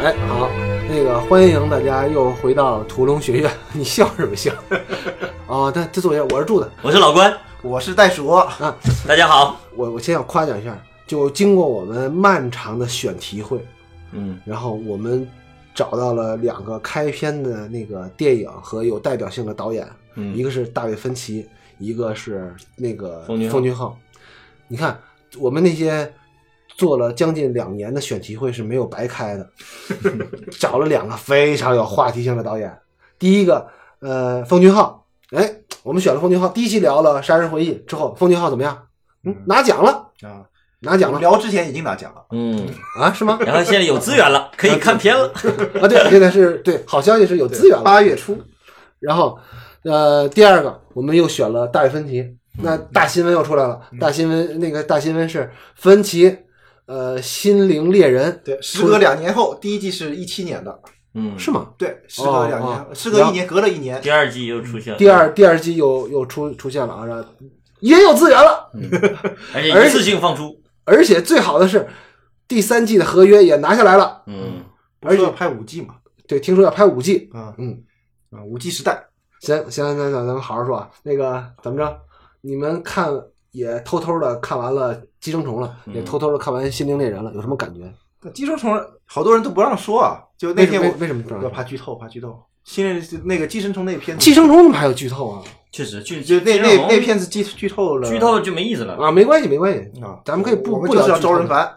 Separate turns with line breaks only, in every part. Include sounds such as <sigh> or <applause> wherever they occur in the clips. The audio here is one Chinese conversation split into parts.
哎，好，那个欢迎大家又回到屠龙学院。 <laughs> 你笑什么笑？ <laughs> 哦，那这作业我是住的
我是老关，
我是袋鼠，
啊。
大家好。
我我先要夸奖一下，就经过我们漫长的选题会，
嗯，
然后我们找到了两个开篇的那个电影和有代表性的导演，
嗯
一个是大卫芬奇，一个是那个
奉俊昊
奉俊昊。你看，我们那些做了将近两年的选题会是没有白开 <laughs> 的，找了两个非常有话题性的导演。第一个，呃，奉俊昊，哎，我们选了奉俊昊，第一期聊了《杀人回忆》之后，奉俊昊怎么样？嗯，拿奖了，
啊，
拿奖了
聊之前已经拿奖了，
嗯，
啊？是吗？
然后现在有资源 <laughs> 了，可以看片了。
啊，对，现在是对好消息是有资 <laughs> 源了。
八月初，
然后，呃，第二个我们又选了大卫芬奇，那大新闻又出来了。大新闻那个大新闻是芬奇，呃，《心灵猎人》
对，时隔两年后，第一季是一七年的，
嗯，
是吗？
对，时隔两
哦
年，时隔一年，隔了一年，
第二季又出现了，
第，二第二季又又出出现了啊，然后也有资源了，
嗯 <laughs> 而且一次性放出。
而且最好的是第三季的合约也拿下来了。
嗯，
不是
而且
要拍五 G 嘛，
对，听说要拍五季，
啊，
嗯
啊，五 G 时代，
行行行行，咱们好好说啊。那个怎么着？你们看也偷偷的看完了《寄生虫》了，也偷偷的看完《心灵猎人》了，有什么感觉？
那寄生虫好多人都不让说啊，就那
为什
天
么
我
为什么不
要
让？
怕剧透，怕剧透，新人那个寄生虫那篇，
寄生虫怎么还有剧透啊？
确实，剧
就那
剧
那
透
那片子剧剧透了，
剧透就没意思了。
啊，没关系，没关系，
啊，
咱们可以不
我们
不
就是
聊
要
剧透
招人烦，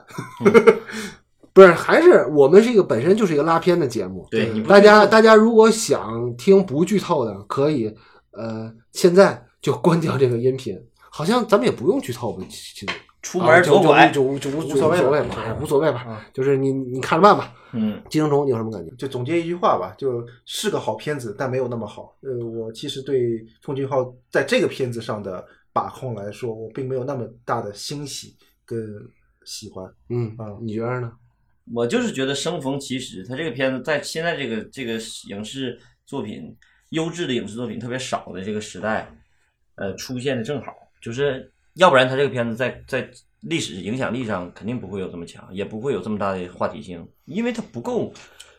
不是，还是我们是一个本身就是一个拉片的节目。
对，你不
大家大家如果想听不剧透的，可以呃现在就关掉这个音频。好像咱们也不用剧透吧？其实
出门
啊就
左
就
拐。
就无就无
无
就
所谓
所谓
了
吧，无所谓吧
啊。
就是你你看着办吧。
嗯，
寄生虫你有什么感觉？
就总结一句话吧，就是个好片子，但没有那么好。呃，我其实对奉俊昊在这个片子上的把控来说，我并没有那么大的欣喜跟喜欢。
嗯
啊，
你觉得呢？
我就是觉得生逢其时，他这个片子在现在这个这个影视作品优质的影视作品特别少的这个时代，呃，出现的正好，就是要不然他这个片子在在历史影响力上肯定不会有这么强，也不会有这么大的话题性，因为它不够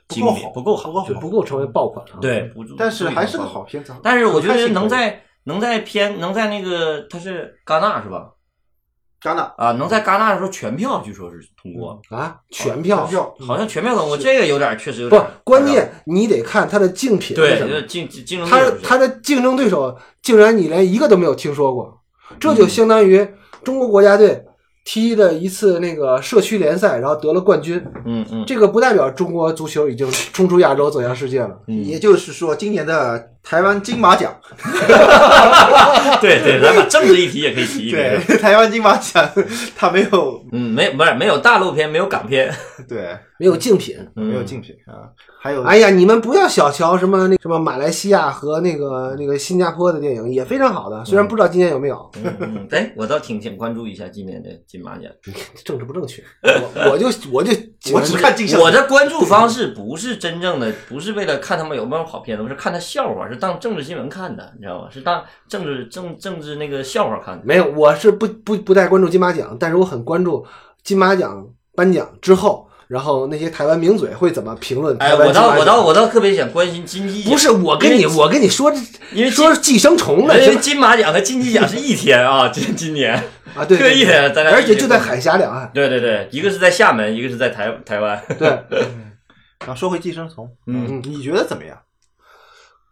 经典，不
不
够
够
好，
好嗯
就是
不够成为爆款啊。
对，，不足
但是还是个。
不足以
好片子。
但是我觉得能
我看
在能在片能在那个他是戛纳是吧？
戛纳
啊，能在戛纳的时候全票据说是通过，
啊，全票
全票
好像全票通过，这个有点确实有
不
点夸
关
张
键，你得看它的竞品是
对，
什
就
么
是。竞竞竞争
他
力不是
他的竞争对手竟然你连一个都没有听说过，这
嗯
就相当于中国国家队踢的一次那个社区联赛，然后得了冠军。
嗯嗯，
这个不代表中国足球已经冲出亚洲走向世界了。
嗯
也就是说，今年的台湾金马奖，
对对，咱把政治议题也可以提一提。
对，台湾金马奖，它没有
嗯，没有不是没有大陆片，没有港片，嗯
对
没有竞品。
没
没有竞品啊，还有
哎呀，你们不要小瞧什么那什么马来西亚和那个那个新加坡的电影也非常好的，虽然不知道今年有没有，
嗯，嗯哎，我倒挺想关注一下今年的金马奖。
政治不正确，我我就我就
我只看镜像，
我的关注方式不是真正的，不是为了看他们有没有好片子，我是看他笑话，是当政治新闻看的，你知道吗？是当政治政政治那个笑话看的。
没有，我是不不不太关注金马奖，但是我很关注金马奖颁奖之后，然后那些台湾名嘴会怎么评论
哎，
台湾
我
金马
倒
奖。
我倒我倒特别想关心金鸡奖，
不是我跟你
因为
我跟你说这，
因为
说寄生虫
因
呢
为
是吧
金马奖和金鸡奖是一天啊，今今年 <laughs>
啊，对
特
对
意
对，
的，咱俩
而且
一起
就在
关注
海峡两岸，
对对对，一个是在厦门，一个是在台台湾。 <laughs>
对，
啊，说回寄生虫，
嗯
你觉得怎么样？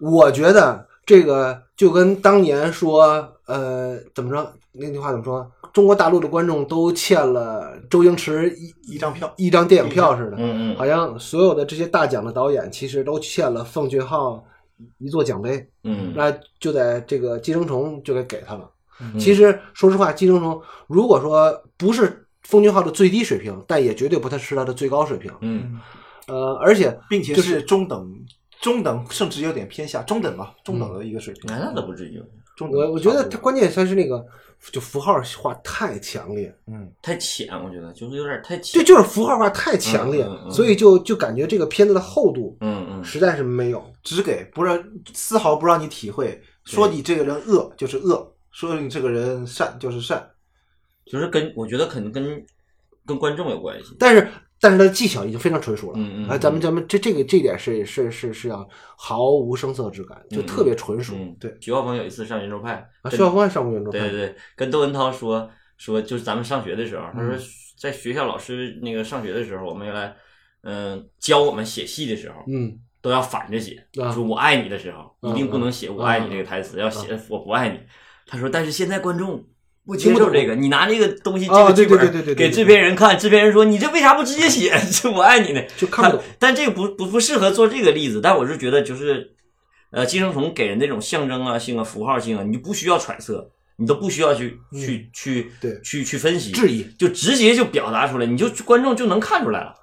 我觉得这个就跟当年说，呃，怎么着那句话怎么说？中国大陆的观众都欠了周星驰一
一张票，
一张电影票似的，
嗯嗯
好像所有的这些大奖的导演其实都欠了奉俊昊一座奖杯。
嗯，
那就在这个寄生虫就给给他了。
嗯
其实说实话，寄生虫如果说不是奉俊昊的最低水平，但也绝对不太是他的最高水平。
嗯，
呃，而且
并且
就是
是中等、中等，甚至有点偏下，中等吧，中等
嗯
的一个水平。
哎
那那倒不至于，
中
嗯
等
我我觉得他
差不多
关键他是那个就符号化太强烈，
嗯，
太浅，我觉得就是有点太浅。
对，就是符号化太强烈
嗯嗯，嗯
所以就就感觉这个片子的厚度
嗯嗯，
实在是没有。
只给不让，丝毫不让你体会。说你这个人恶就是恶，说你这个人善就是善。
就是跟我觉得可能跟跟观众有关系。
但是但是他的技巧已经非常纯熟了。
嗯嗯
啊，咱们咱们这这个这点是是是是要毫无声色之感，就
嗯
特别纯熟。
嗯，
对
徐浩鹏有一次上圆桌派，
啊，
跟
徐小凤也上过原著，
对对对，跟窦文涛说说，就是咱们上学的时候，他说
嗯
在学校老师那个上学的时候，我们原来嗯、教我们写戏的时候，
嗯
都要反着写，
啊
说我爱你的时候，
嗯
一定不能写
嗯
我爱你这个台词，要写我不爱你。他说，但是现在观众。不
听
接
不
受
懂
这个，你拿这个东西这
啊
个
对
剧
对
本
对对对对
给
对
制片人看，制片人说你这为啥不直接写？ <laughs> 这我爱你呢？
就看不懂。
但但这个不不不适合做这个例子，但我是觉得就是，呃，寄生虫给人那种象征啊性啊符号性啊，你不需要揣测，你都不需要去去去
对
去去分析
嗯质疑，
就直接就表达出来，你就观众就能看出来了，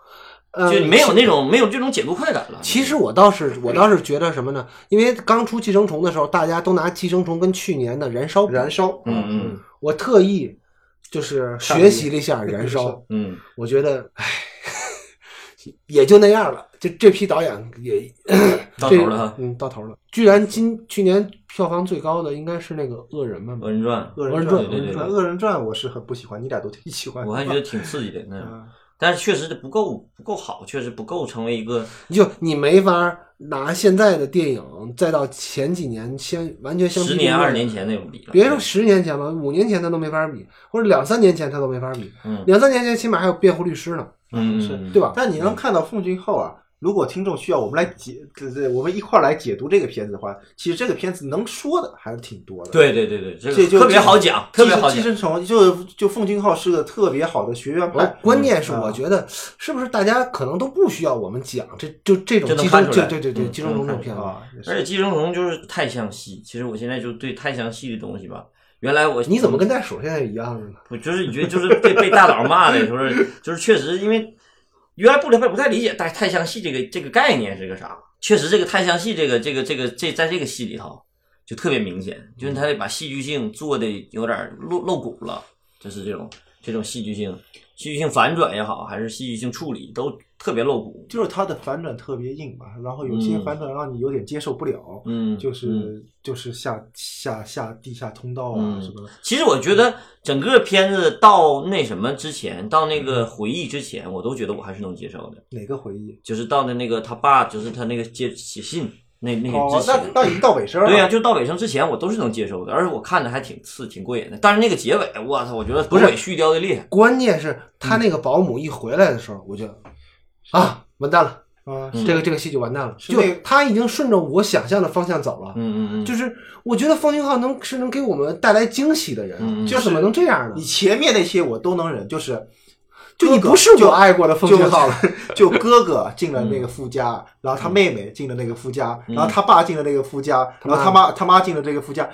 呃
就没有那种没有这种解读快感了。嗯
其实我倒是我倒是觉得什么呢？因为刚出《寄生虫》的时候，大家都拿《寄生虫》跟去年的《燃烧》比
燃烧，啊
嗯嗯
我特意就是学习了一
<laughs>
下《燃烧》，
嗯
我觉得，唉，也就那样了。这这批导演也
<clears throat> 到
这
头了哈
嗯，到头了。居然今去年票房最高的应该是那个《恶人们》
《恶
吧？
人传》，
恶
恶
人
人传
传，恶人传，
对对对
恶人传我是很不喜欢，你俩都挺喜欢的，
我还觉得挺刺激的，嗯，
嗯
但是确实不够不够好，确实不够成为一个
就你没法拿现在的电影再到前几年相完全相提
十
并
年
论
二十年前那种比了。
别说十年前吧，五年前他都没法比，或者两三年前他都没法比。
嗯
两三年前起码还有辩护律师呢，
嗯
是
嗯，
对吧？
但你能看到奉俊昊啊，如果听众需要我们来解，对对，我们一块儿来解读这个片子的话，其实这个片子能说的还是挺多的。，
对对对对，这
这
个
就
特别好讲，特
寄
别
生
好哎讲。
寄生虫就就奉俊昊是个特别好的学院
我
派，
关键是
嗯
我觉得是不是大家可能都不需要我们讲这就这种
就能
寄
看
生
出来
对对对对
嗯
寄生虫这种片子，
啊，也是
而且寄生虫就是太像戏，其实我现在就对太像戏的东西吧。原来我
你怎么跟袋鼠现在一样呢？
我就是你觉得就是被被大佬骂的， <laughs> 就是就是确实因为原来不了解不太理解太太像戏这个这个概念是个啥，确实这个太像戏这个这个这个这在这个戏里头就特别明显，就是他得把戏剧性做的有点露露骨了，就是这种这种戏剧性戏剧性反转也好，还是戏剧性处理都特别露骨。
就是它的反转特别硬嘛，然后有些
嗯
反转让你有点接受不了，
嗯，
就是、
嗯
就是下下下地下通道啊
嗯
什么的，
其实我觉得整个片子到那什么之前，到那个回忆之前，我都觉得我还是能接受的。
哪个回忆？
就是到的那个他爸，就是他那个接写信那那个
哦
之，
那
前，
那已经到尾声了。
对呀、就到尾声之前，我都是能接受的，而且我看着还挺刺、挺过瘾的。但是那个结尾，我操，我觉得头
是
尾续貂的厉害。
关键是他那个保姆一回来的时候，我就啊完蛋了，
啊，
嗯
这个这个戏就完蛋了，
是
就
那个
他已经顺着我想象的方向走了。
嗯嗯嗯，
就是我觉得方俊浩能是能给我们带来惊喜的人，啊
嗯嗯
他怎么能这样呢
你？前面那些我都能忍，就是
就你
哥哥
不是我爱过的方
就
俊浩了，
<laughs> 就哥哥进了那个夫家，然后他妹妹进了那个夫家，
嗯
然后他爸进了那个夫家，
他妈
然后他妈他妈进了这个夫家，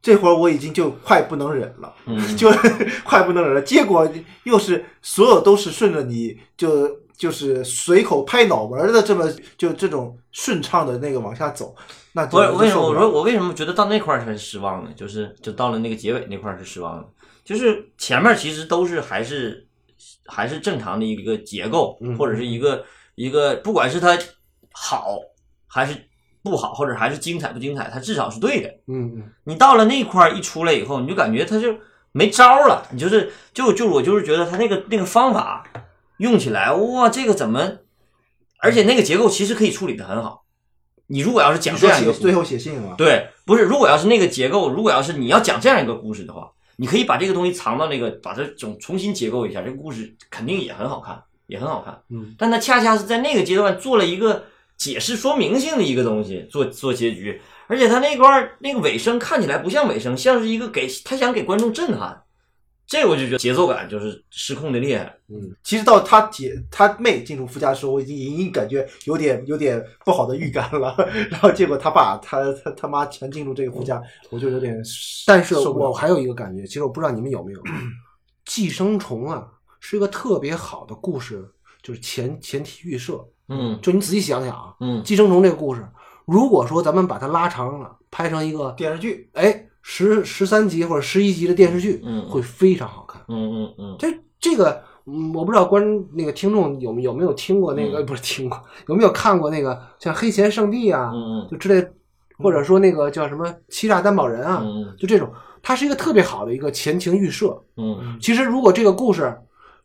这会儿我已经就快不能忍了，
嗯
就 <laughs> 快不能忍了。结果又是所有都是顺着你就就是随口拍脑门儿的这么就这种顺畅的那个往下走，那
不是我为什么
受
我
不了
说我为什么觉得到那块儿才是失望呢？就是就到了那个结尾那块儿是失望的，就是前面其实都是还是还是正常的一个结构，
嗯
或者是一个一个，不管是它好还是不好，或者还是精彩不精彩，它至少是对的。
嗯嗯，
你到了那块儿一出来以后，你就感觉他就没招儿了，你就是就就我就是觉得他那个那个方法用起来，哇，这个怎么？而且那个结构其实可以处理的很好。你如果要是讲
你
这
说
样一
写
个
最后写信了，
对，不是，如果要是那个结构，如果要是你要讲这样一个故事的话，你可以把这个东西藏到那个，把它重重新结构一下，这个故事肯定也很好看，也很好看。
嗯，
但它恰恰是在那个阶段做了一个解释说明性的一个东西，做做结局，而且它那块儿那个尾声看起来不像尾声，像是一个给他想给观众震撼。这我就觉得节奏感就是失控的厉害，
其实到他姐他妹进入夫家的时候，我已经隐隐感觉有点有点不好的预感了。 <laughs> 然后结果他爸他他他妈全进入这个夫家，我就有点
但是
受不了
我还有一个感觉，其实我不知道你们有没有，《寄生虫》啊，是一个特别好的故事，就是前前提预设。
嗯
就你仔细想想啊，
嗯
《寄生虫》这个故事，如果说咱们把它拉长了，拍成一个
电视剧
哎十十三集或者十一集的电视剧，
嗯
会非常好看。
嗯嗯嗯，
这这个，嗯，我不知道观那个听众有有没有听过那个，<laughs>
嗯
不是听过，有没有看过那个像《黑钱圣地》啊，
嗯嗯
就之类，或者说那个叫什么《欺诈担保人》啊，
嗯
就这种，它是一个特别好的一个前情预设。
嗯
其实如果这个故事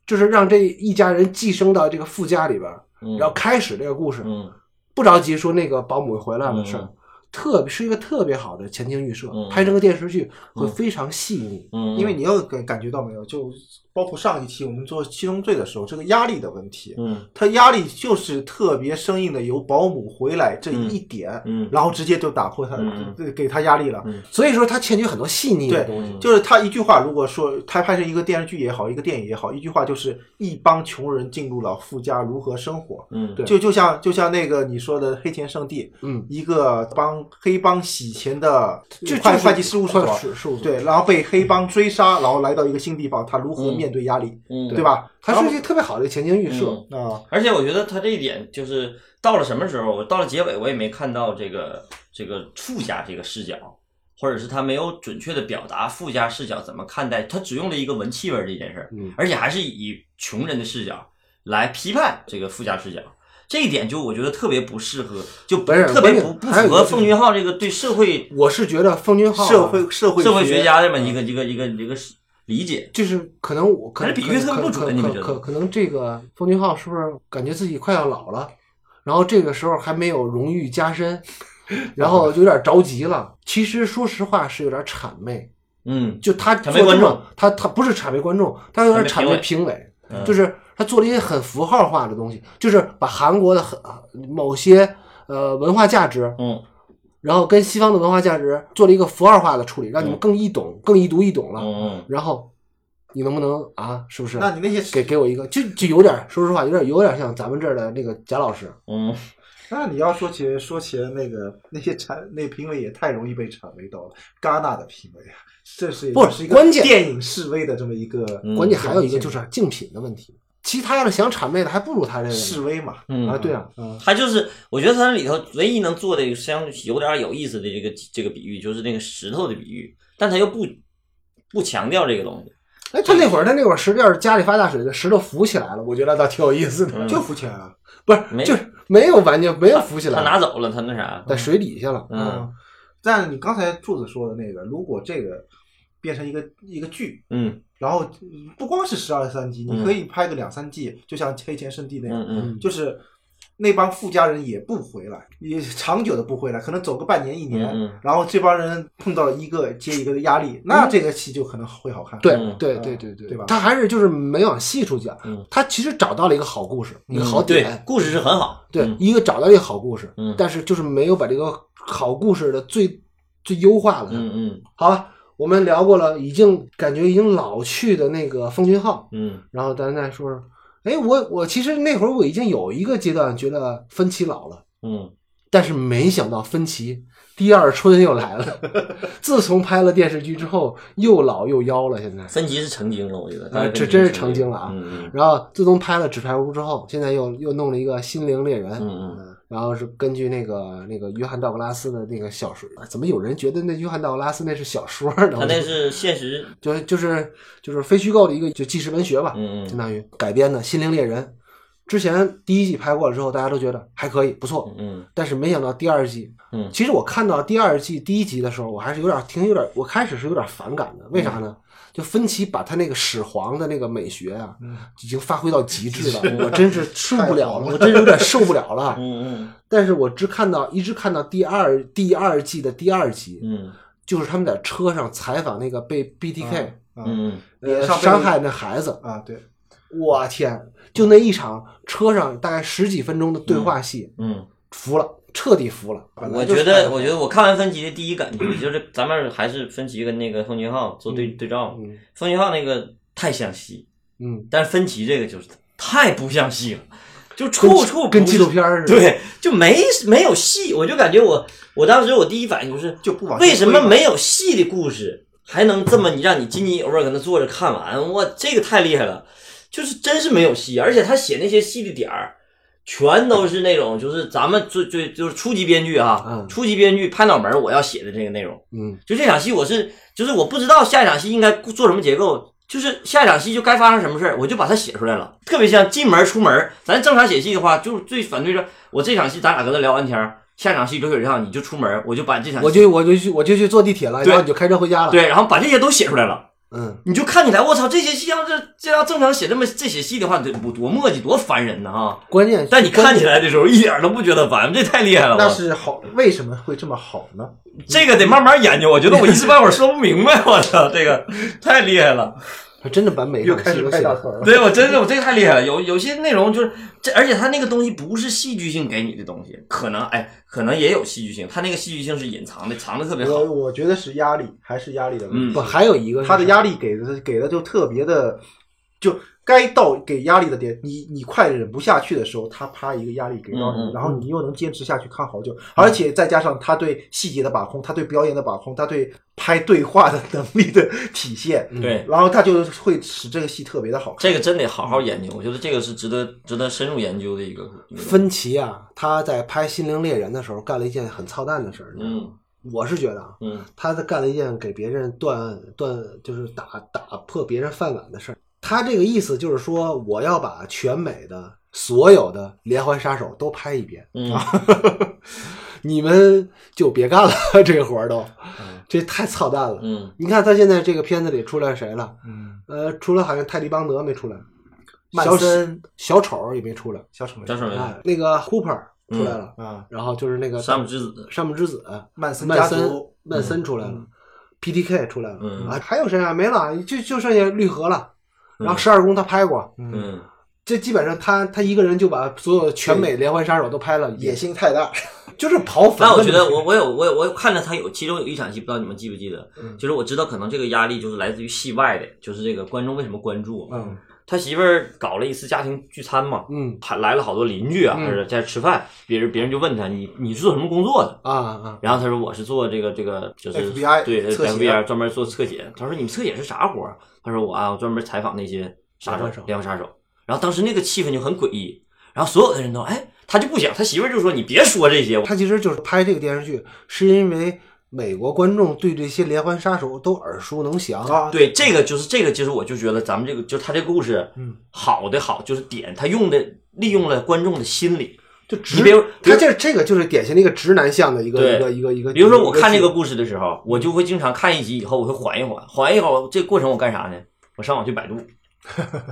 就是让这一家人寄生到这个富家里边儿，
嗯
然后开始这个故事，
嗯
不着急说那个保姆回来了的事儿
嗯，
特别是一个特别好的前情预设
嗯，
拍成个电视剧会
嗯
非常细腻。
嗯，
因为你要感感觉到没有，就包括上一期我们做七宗罪的时候，这个压力的问题，
嗯
它压力就是特别生硬的，由保姆回来这一点，
嗯
然后直接就打破他，
嗯
对给他压力了。
所以说，它欠缺很多细腻的
对
东西。
嗯
就是他一句话，如果说他拍成一个电视剧也好，一个电影也好，一句话就是一帮穷人进入了富家如何生活，
嗯
对
就就像就像那个你说的黑田圣地，
嗯，
一个帮黑帮洗钱的
就
会
就是
会计事务所啊
会，
嗯
计事务所
对，然后被黑帮追杀，然后来到一个新地方，他如何面对压力，
嗯
对吧？
它
然
是
后
一个特别好的前情预设
嗯。
啊，
而且我觉得他这一点就是到了什么时候，我到了结尾我也没看到这个这个富家这个视角，或者是他没有准确的表达富家视角怎么看待，他只用了一个闻气味儿这件事儿，
嗯
而且还是以穷人的视角来批判这个富家视角。这一点就我觉得特别不适合，就不
不是
特别
关键
不不
还有一个
符合
就是
奉俊昊这个对社会
我是觉得奉俊昊啊
社会社会
社会学家这么
嗯
一个一个一个一个理解。
就是可能我可能
但是比喻特别不准你
可
们
可
觉得
可可能这个奉俊昊是不是感觉自己快要老了，然后这个时候还没有荣誉加身，然后有点着急了。其实说实话是有点谄媚，
嗯
就他
谄
做
媚观
这
众
种，他他不是谄媚观众，他有点谄媚评委
嗯，
就是他做了一些很符号化的东西，就是把韩国的很某些呃文化价值，
嗯
然后跟西方的文化价值做了一个符号化的处理，让你们更易懂、更易读易懂了。
嗯
然后你能不能啊？是不是？
那你那些
给给我一个，就就有点，说实话，有点有点像咱们这儿的那个贾老师。
嗯
那你要说起说起那个那些谄那评委也太容易被谄媚到了，戛纳的评委啊，这是
不
也是一个
关键
电影示威的这么一个
嗯
关键还有一个就是竞品的问题，其他要是想谄媚的，还不如他这个
呃示
呢
威嘛，
嗯
啊。对啊，嗯
他就是，我觉得他里头唯一能做的相有点有意思的这个这个比喻，就是那个石头的比喻，但他又不不强调这个东西。
哎，他那会儿他那会儿石要是家里发大水，这石头浮起来了，我觉得倒挺有意思的。
就浮潜啊，
不是，
嗯没
就是没有完全没有浮起
他
来，
拿走了，他那啥，
在水底下了。
嗯
但你刚才柱子说的那个，如果这个变成一个一个剧，
嗯
然后嗯不光是十二三集，
嗯
你可以拍个两三季，就像《黑钱圣地》那样，
嗯
就是那帮富家人也不回来，也长久的不回来，可能走个半年一年，
嗯嗯
然后这帮人碰到一个接一个的压力，那这个戏就可能会好看。
对
嗯
对
嗯
对对对
对吧
他还是就是没往细处讲
嗯，
他其实找到了一个好故事，一
嗯，
个好
对
点，，
故事是很好，
对
嗯，
一个找到一个好故事
嗯，
但是就是没有把这个好故事的最最优化了它。
嗯嗯
好吧，我们聊过了，已经感觉已经老去的那个奉俊昊，
嗯
然后咱再说说，哎，我我其实那会儿我已经有一个阶段觉得芬奇老了，
嗯
但是没想到芬奇第二春又来了。 <laughs> 自从拍了电视剧之后，又老又妖了，现在
嗯，。分级是成精了，我觉得，
啊这真是成精了啊
嗯
然后自从拍了《纸牌屋》之后，现在又又弄了一个《心灵猎人》，
嗯嗯
然后是根据那个那个约翰道格拉斯的那个小说，怎么有人觉得那约翰道格拉斯那是小说呢？
嗯，他那是现实，
就是就是就是非虚构的一个就纪实文学吧，
嗯
相
嗯
当于改编的《心灵猎人》。之前第一季拍过了之后，大家都觉得还可以，不错。
嗯
但是没想到第二季，
嗯
其实我看到第二季第一集的时候，我还是有点挺有点，我开始是有点反感的。为啥呢？就芬奇把他那个始皇的那个美学啊，
嗯
已经发挥到极致了，我真是受不了
太好
了，
了
我真是有点受不了了。
嗯
但是我只看到一直看到第二第二季的第二集，
嗯
就是他们在车上采访那个被 BTK、
啊
嗯
呃
上辈子
伤害那孩子，
啊，对，
我天！就那一场车上大概十几分钟的对话戏，
嗯。
服了，彻底服了。
本
我
来就
觉
是
得，
看
我觉得我看完芬奇的第一感觉 <clears throat> 就是，咱们还是芬奇跟那个奉俊昊做对对照嘛。
嗯
奉俊昊那个太像戏，
嗯，
但是芬奇这个就是太不像戏了，就
跟
处处不
跟
是
纪录片儿似的。
对，就没没有戏。我就感觉我我当时我第一反应就是，
就不往
为什么没有戏的故事还能这么你让你津津有味儿搁那坐着看完？我这个太厉害了，就是真是没有戏，而且他写那些戏的点儿。全都是那种，就是咱们最最就是初级编剧啊，
嗯
初级编剧拍脑门儿我要写的这个内容，
嗯，
就这场戏我是就是我不知道下一场戏应该做什么结构，就是下一场戏就该发生什么事儿，我就把它写出来了，特别像进门出门。咱正常写戏的话，就是最反对着我这场戏咱俩搁那聊完天儿，下一场戏流水账你就出门，我就把这场戏
我就我就去我就去坐地铁了，
对
然后你就开车回家了。
对，然后把这些都写出来了。
嗯，
你就看起来，我操，这些戏要是这要正常写这么这些戏的话，得多多墨迹，多烦人呐啊！
关键
但你
关
看
键
起来啊的时候一点都不觉得烦，这太厉害了。
那
我
是好，为什么会这么好呢？
这个得慢慢研究，我觉得我一时半会儿说不明白，我操，这个太厉害了。
他真的把每一
又
场
开
戏
始
都
拍
写
大
了
腿 <laughs> 了。
对我真的我这个太厉害了，有有些内容就是这，而且他那个东西不是戏剧性给你的东西，可能哎，可能也有戏剧性，他那个戏剧性是隐藏的，藏的特别好
我。我觉得是压力，还是压力的问题。
嗯
不，还有一个
他的
是
压力给的给的就特别的，就该到给压力的点，你你快忍不下去的时候，他啪一个压力给到
嗯
你，
嗯
然后你又能坚持下去看好久，而且再加上他对细节的把控，他对表演的把控，他对拍对话的能力的体现，
嗯
对，
然后他就会使这个戏特别的好看。
这个真得好好研究，我觉得这个是值得值得深入研究的一个。一个
芬奇啊，他在拍《心灵猎人》的时候干了一件很操蛋的事儿。
嗯
我是觉得啊，
嗯
他在干了一件给别人断断，就是打打破别人饭碗的事儿。他这个意思就是说，我要把全美的所有的连环杀手都拍一遍，
嗯，
啊
<laughs> 你们就别干了 <laughs> 这个活儿都
嗯，
这太操蛋了。
<laughs>
嗯，
你看他现在这个片子里出来谁了？
嗯，
呃，除了好像泰迪邦德没出来，
曼
小
森
小丑儿也没出来，
小丑
叫什么呀？
哎，那个 Hooper 出来了，
啊，
然后就是那个
嗯山姆之子，
山姆之子，
曼森家
曼森
族，
曼森出来了、p t k 出来了、
嗯
啊，还有谁啊？没了，就就剩下绿河了。
嗯
然后十二宫他拍过，
嗯，
嗯，
这基本上他他一个人就把所有全美连环杀手都拍了，
野
也
心太大， <laughs>
就是跑反
但
的
我
问题。
觉得我我有我有我有看着他有其中有一场戏，不知道你们记不记得
嗯，
就是我知道可能这个压力就是来自于戏外的，就是这个观众为什么关注我。
嗯
他媳妇儿搞了一次家庭聚餐嘛，
嗯
还来了好多邻居啊，
嗯
还是在吃饭，别人别人就问他你你是做什么工作的？
啊啊，
然后他说我是做这个这个就是
FBI
对
侧写
FBI 专门做侧写。他说你们侧写是啥活儿？他说我啊，我专门采访那些杀
连环
手
手、
连环杀手。然后当时那个气氛就很诡异，然后所有的人都哎，他就不想，他媳妇儿就说你别说这些，我
他其实就是拍这个电视剧，是因为美国观众对这些连环杀手都耳熟能详。
啊，
对，这个就是这个，其实我就觉得咱们这个就是他这个故事，
嗯，
好的好就是点，他用的利用了观众的心理。
就
你
直
比如，
他这这个就是典型的一个直男向的一个
对
一个一个一个。
比如说我看这个
一
故事的时候，我就会经常看一集以后，我会缓一缓，缓一缓，这过程我干啥呢？我上网去百
<laughs>
度，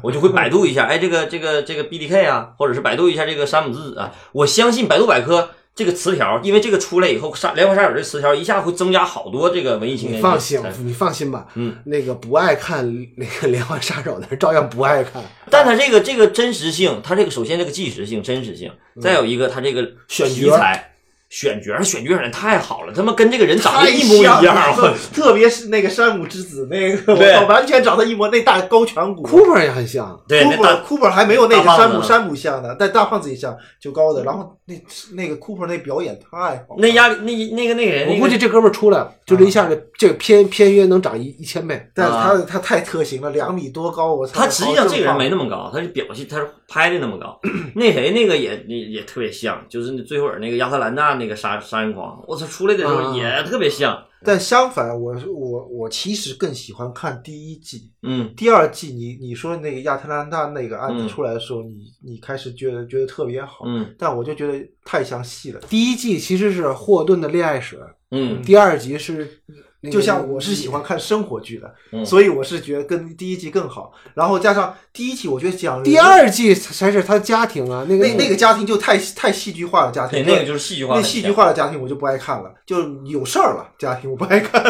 我就会百度一下，哎，这个这个这个 B D K 啊，或者是百度一下这个山姆之子啊，我相信百度百科。这个词条，因为这个出来以后，杀连环杀手这个词条一下会增加好多这个文艺青
个
年。
你放心，你放心吧，
嗯，
那个不爱看那个连环杀手的人照样不爱看。
但它这个这个真实性，它这个首先这个纪实性、真实性，再有一个它这个
嗯选
题
角
材、选角、选角选的太好了，他妈跟这个人长得
太
一模
像
一样
了
我，
特别是那个山姆之子那个，
对
我完全长得一模，那大高颧骨。
Cooper 也很像，
对，那大
Cooper Cooper 还没有那个
大胖子
山姆
呢
山姆像呢，但大胖子一像就高的，然后那那个 Cooper 那表演太好了，
那压力那那个那个嗯人，
我估计这哥们儿出来了，就这一下子，这个片片约能涨一一千倍。
但是
啊
他、他太特型了，两米多高，我操！
他实际上这个人没
好
那么高，他是表现他是拍的那么高。那谁那个也也也特别像，就是那最后那个亚特兰大那个杀杀人狂，我操，出来的时候
啊
也特别像。
正常。但相反，我我我其实更喜欢看第一季，
嗯，
第二季你你说那个亚特兰大那个案子
嗯
出来的时候，你你开始觉得觉得特别好，
嗯
但我就觉得太详细了。
第一季其实是霍顿的恋爱史，
嗯
第二集是那个，
就像我是喜欢看生活剧的，
嗯
所以我是觉得跟第一季更好。然后加上第一季，我觉得讲
第二季才是他家庭啊，那个
那那个家庭就太太戏剧化的家
对，
庭，
那个就是戏剧化
那
的，
戏剧化的家庭我就不爱看了，就有事儿了家庭我不爱看。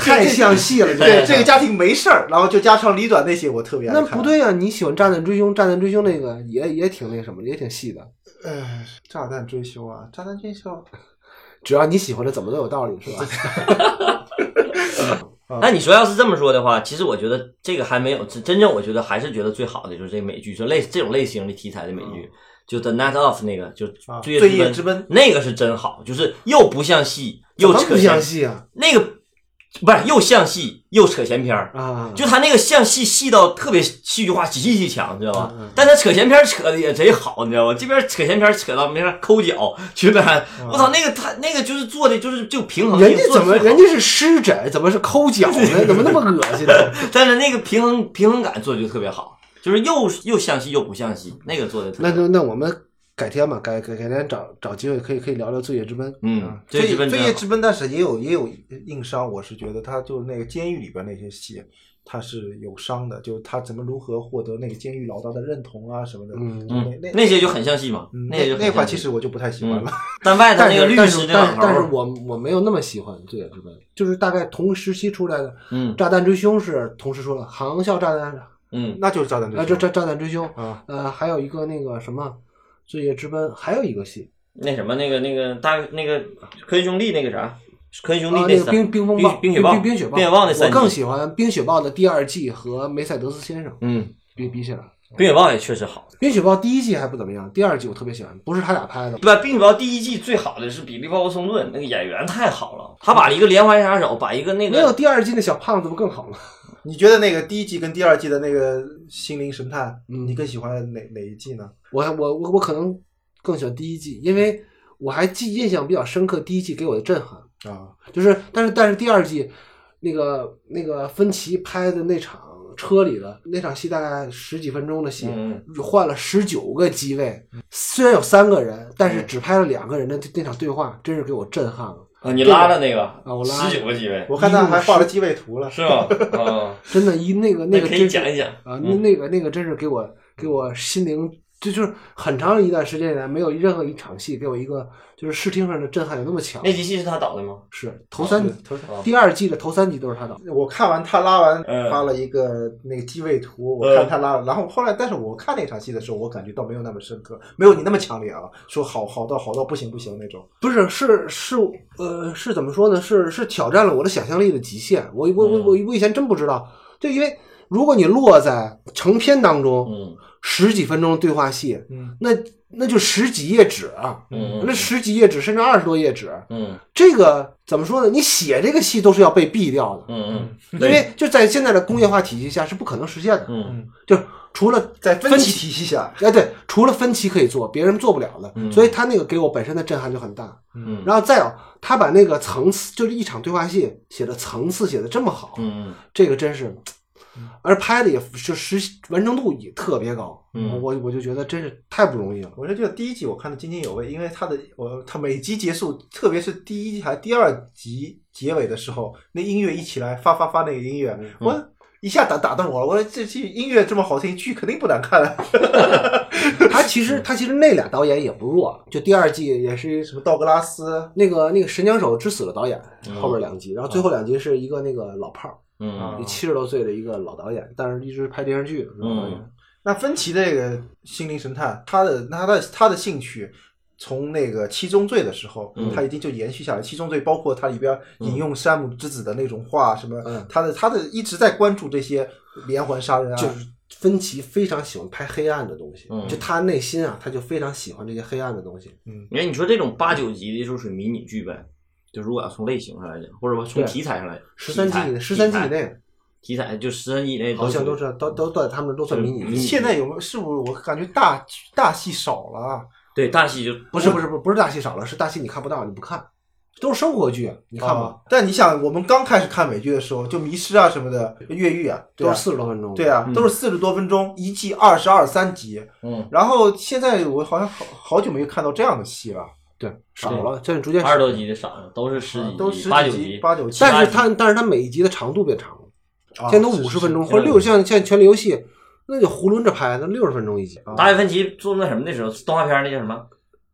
太像戏了。
对，这个家庭没事儿，然后就家长里短那些我特别爱
那
看。
不，对啊，你喜欢《炸弹追凶》，《炸弹追凶》那个也也挺那什么的，也挺细的。
呃，炸弹追凶啊，炸弹追凶，
只要你喜欢的，怎么都有道理，是吧？
那你说要是这么说的话，其实我觉得这个还没有真真正，我觉得还是觉得最好的就是这个美剧，就类这种类型的题材的美剧，就《The Night of》那个，就
啊
《罪
罪
夜
夜之奔
那个是真好，就是又不像戏，又
怎么
扯
不像
闲，
戏啊
那个不是又像戏又扯闲篇儿。
<laughs> 啊！
就他那个像戏细到特别戏剧化极其强，你知道吧
嗯嗯？
但他扯闲篇儿扯的也贼好，你知道吧？这边扯闲篇儿扯到没啥抠脚，去那儿， <laughs> 我操，那个他那个就是做的就是就平衡性，
嗯人家
做得
怎么
特好
人家是湿疹，怎么是抠脚呢？怎么那么恶心呢？
但是那个平衡平衡感做的就特别好，就是又又像戏又不像戏，那个做的特别
那
好。嗯
就那我们改天吧，改改改天找找机会可以可以聊聊《罪业之奔》。
嗯，
罪
这基
夜
本
罪夜之奔，但是也有也有硬伤，我是觉得他就是那个监狱里边那些戏，他是有伤的，就是他怎么如何获得那个监狱老大的认同啊什么的。
嗯
那
嗯，
那
那些就很像戏嘛
嗯，
些就
那
很像嗯
那
戏
块其实我就不太喜欢了。
但外头
但
那
是
个律
但
师
是
那
但
老
是
头
但是
儿，
我我没有那么喜欢这也是问题，就是大概同时期出来的
嗯
《炸弹追凶》是同时出了，《航校炸弹》
嗯，
那就是炸弹
啊，这
追凶
炸炸弹追凶，
啊，
呃，还有一个那个什么《罪夜之奔》，还有一个戏
那什么那个那个大那个科恩兄弟那个啥，科恩
啊，
兄弟
那
那
个
三
冰冰风暴、
冰
冰
雪暴
冰雪
冰雪暴那
我
三
更
集
喜欢冰雪暴的第二季和梅赛德斯先生
嗯，
比比起来，
冰雪暴也确实好。
冰雪暴第一季还不怎么样，第二季我特别喜欢，不是他俩拍的，
不，《冰雪暴》第一季最好的是比利·鲍勃·松顿，那个演员太好了，他把一个连环杀手，把一个那
没有
个
第二季那小胖子不更好吗？
你觉得那个第一季跟第二季的那个心灵神探，
嗯
你更喜欢哪哪一季呢？
我我我我可能更喜欢第一季，因为我还记印象比较深刻，第一季给我的震撼
啊，
就是，但是但是第二季那个那个芬奇拍的那场车里的那场戏，大概十几分钟的戏，啊
嗯
换了十九个机位，虽然有三个人，但
嗯
是只拍了两个人的那场对话，真是给我震撼了，
啊，你拉的那个
啊我拉
十九个机位
我看他还画了机位图了。
是吧？啊，
真的，一 <laughs> 那个
那
个
可以
真
讲
是
一讲
啊，那
嗯
那个那个真是给我给我心灵，这就是很长一段时间以来没有任何一场戏给我一个就是视听上的震撼有那么强
那。集戏是他导的吗？
是头三集，
头三
哎啊
第二季的头三集都是他导。
我看完他拉完
嗯
发了一个那个机位图，
嗯
我看他拉了，然后后来，但是我看那场戏的时候，我感觉到没有那么深刻，没有你那么强烈啊，说好好到好到不行不行那种。
不是，是是，呃，是怎么说呢？是是挑战了我的想象力的极限。我我我我
嗯
我以前真不知道，就因为如果你落在成片当中
嗯
十几分钟对话戏，
嗯
那那就十几页纸，啊
嗯
那十几页纸甚至二十多页纸，
嗯
这个怎么说呢？你写这个戏都是要被毙掉的，
嗯
因为就在现在的工业化体系下是不可能实现的。
嗯
就是除了
在分歧
歧
体系下，
哎，对，除了分歧可以做，别人做不了的，
嗯
所以他那个给我本身的震撼就很大。
嗯
然后再有，他把那个层次，就是一场对话戏写的层次写的这么好，
嗯
这个真是，而拍的也就实完成度也特别高，
嗯
我我就觉得真是太不容易了。
我是觉得第一集我看的津津有味，因为它的我它每集结束，特别是第一集还第二集结尾的时候，那音乐一起来，发发发那个音乐，我一下打打动我了。我说这这音乐这么好听，剧肯定不难看啊。
他其
嗯
实他其实那俩导演也不弱，就第二季也是
什么道格拉斯，
那个那个《神枪手之死》的导演
嗯
后边两集，然后最后两集是一个那个老炮儿，
嗯
嗯
七十多岁的一个老导演，但是一直拍电视剧的老
嗯
导演。
那芬奇这个心灵神探，他的那他的他的兴趣。从那个七宗罪的时候
嗯，
他已经就延续下来。七宗罪包括它里边引用山姆之子的那种话，什么
嗯，
他的他的一直在关注这些连环杀人啊，
就是芬奇非常喜欢拍黑暗的东西，
嗯
就他内心啊，他就非常喜欢这些黑暗的东西。
你看，你说这种八九集的，就是属于迷你剧呗。就如果要从类型上来讲，或者说从
对
题材上来讲，
十三
题
季
材
以十三季以，内，
题材题材就十三季以内，
好像都是都都都在他们都算迷你
嗯
剧。
现在有没有？是不是我感觉大大戏少了啊？
对大戏就嗯
不是不是不是不是大戏少了，是大戏你看不到，你不看，都是生活剧，你看吧，
啊但你想，我们刚开始看美剧的时候，就《迷失》啊什么的，《越狱》啊，对
都
啊
是，四十多分钟。
对，啊，
嗯
都是四十多分钟，一季二十二三集。
嗯
然后现在我好像好好久没有看到这样的戏了，
对，少了，现在逐渐
二
少
十
了。
多集的少了，都是十
啊
几
都十
八
几
九
集、
集，
八九集，
但是它但是它每一集的长度变长了，
啊
现在都
是
五十分钟
是
或者六十，像像《权力游戏》，那就囫囵着拍，那六十分钟一集。
啊
达芬奇做那什么的时候，动画片儿那叫什么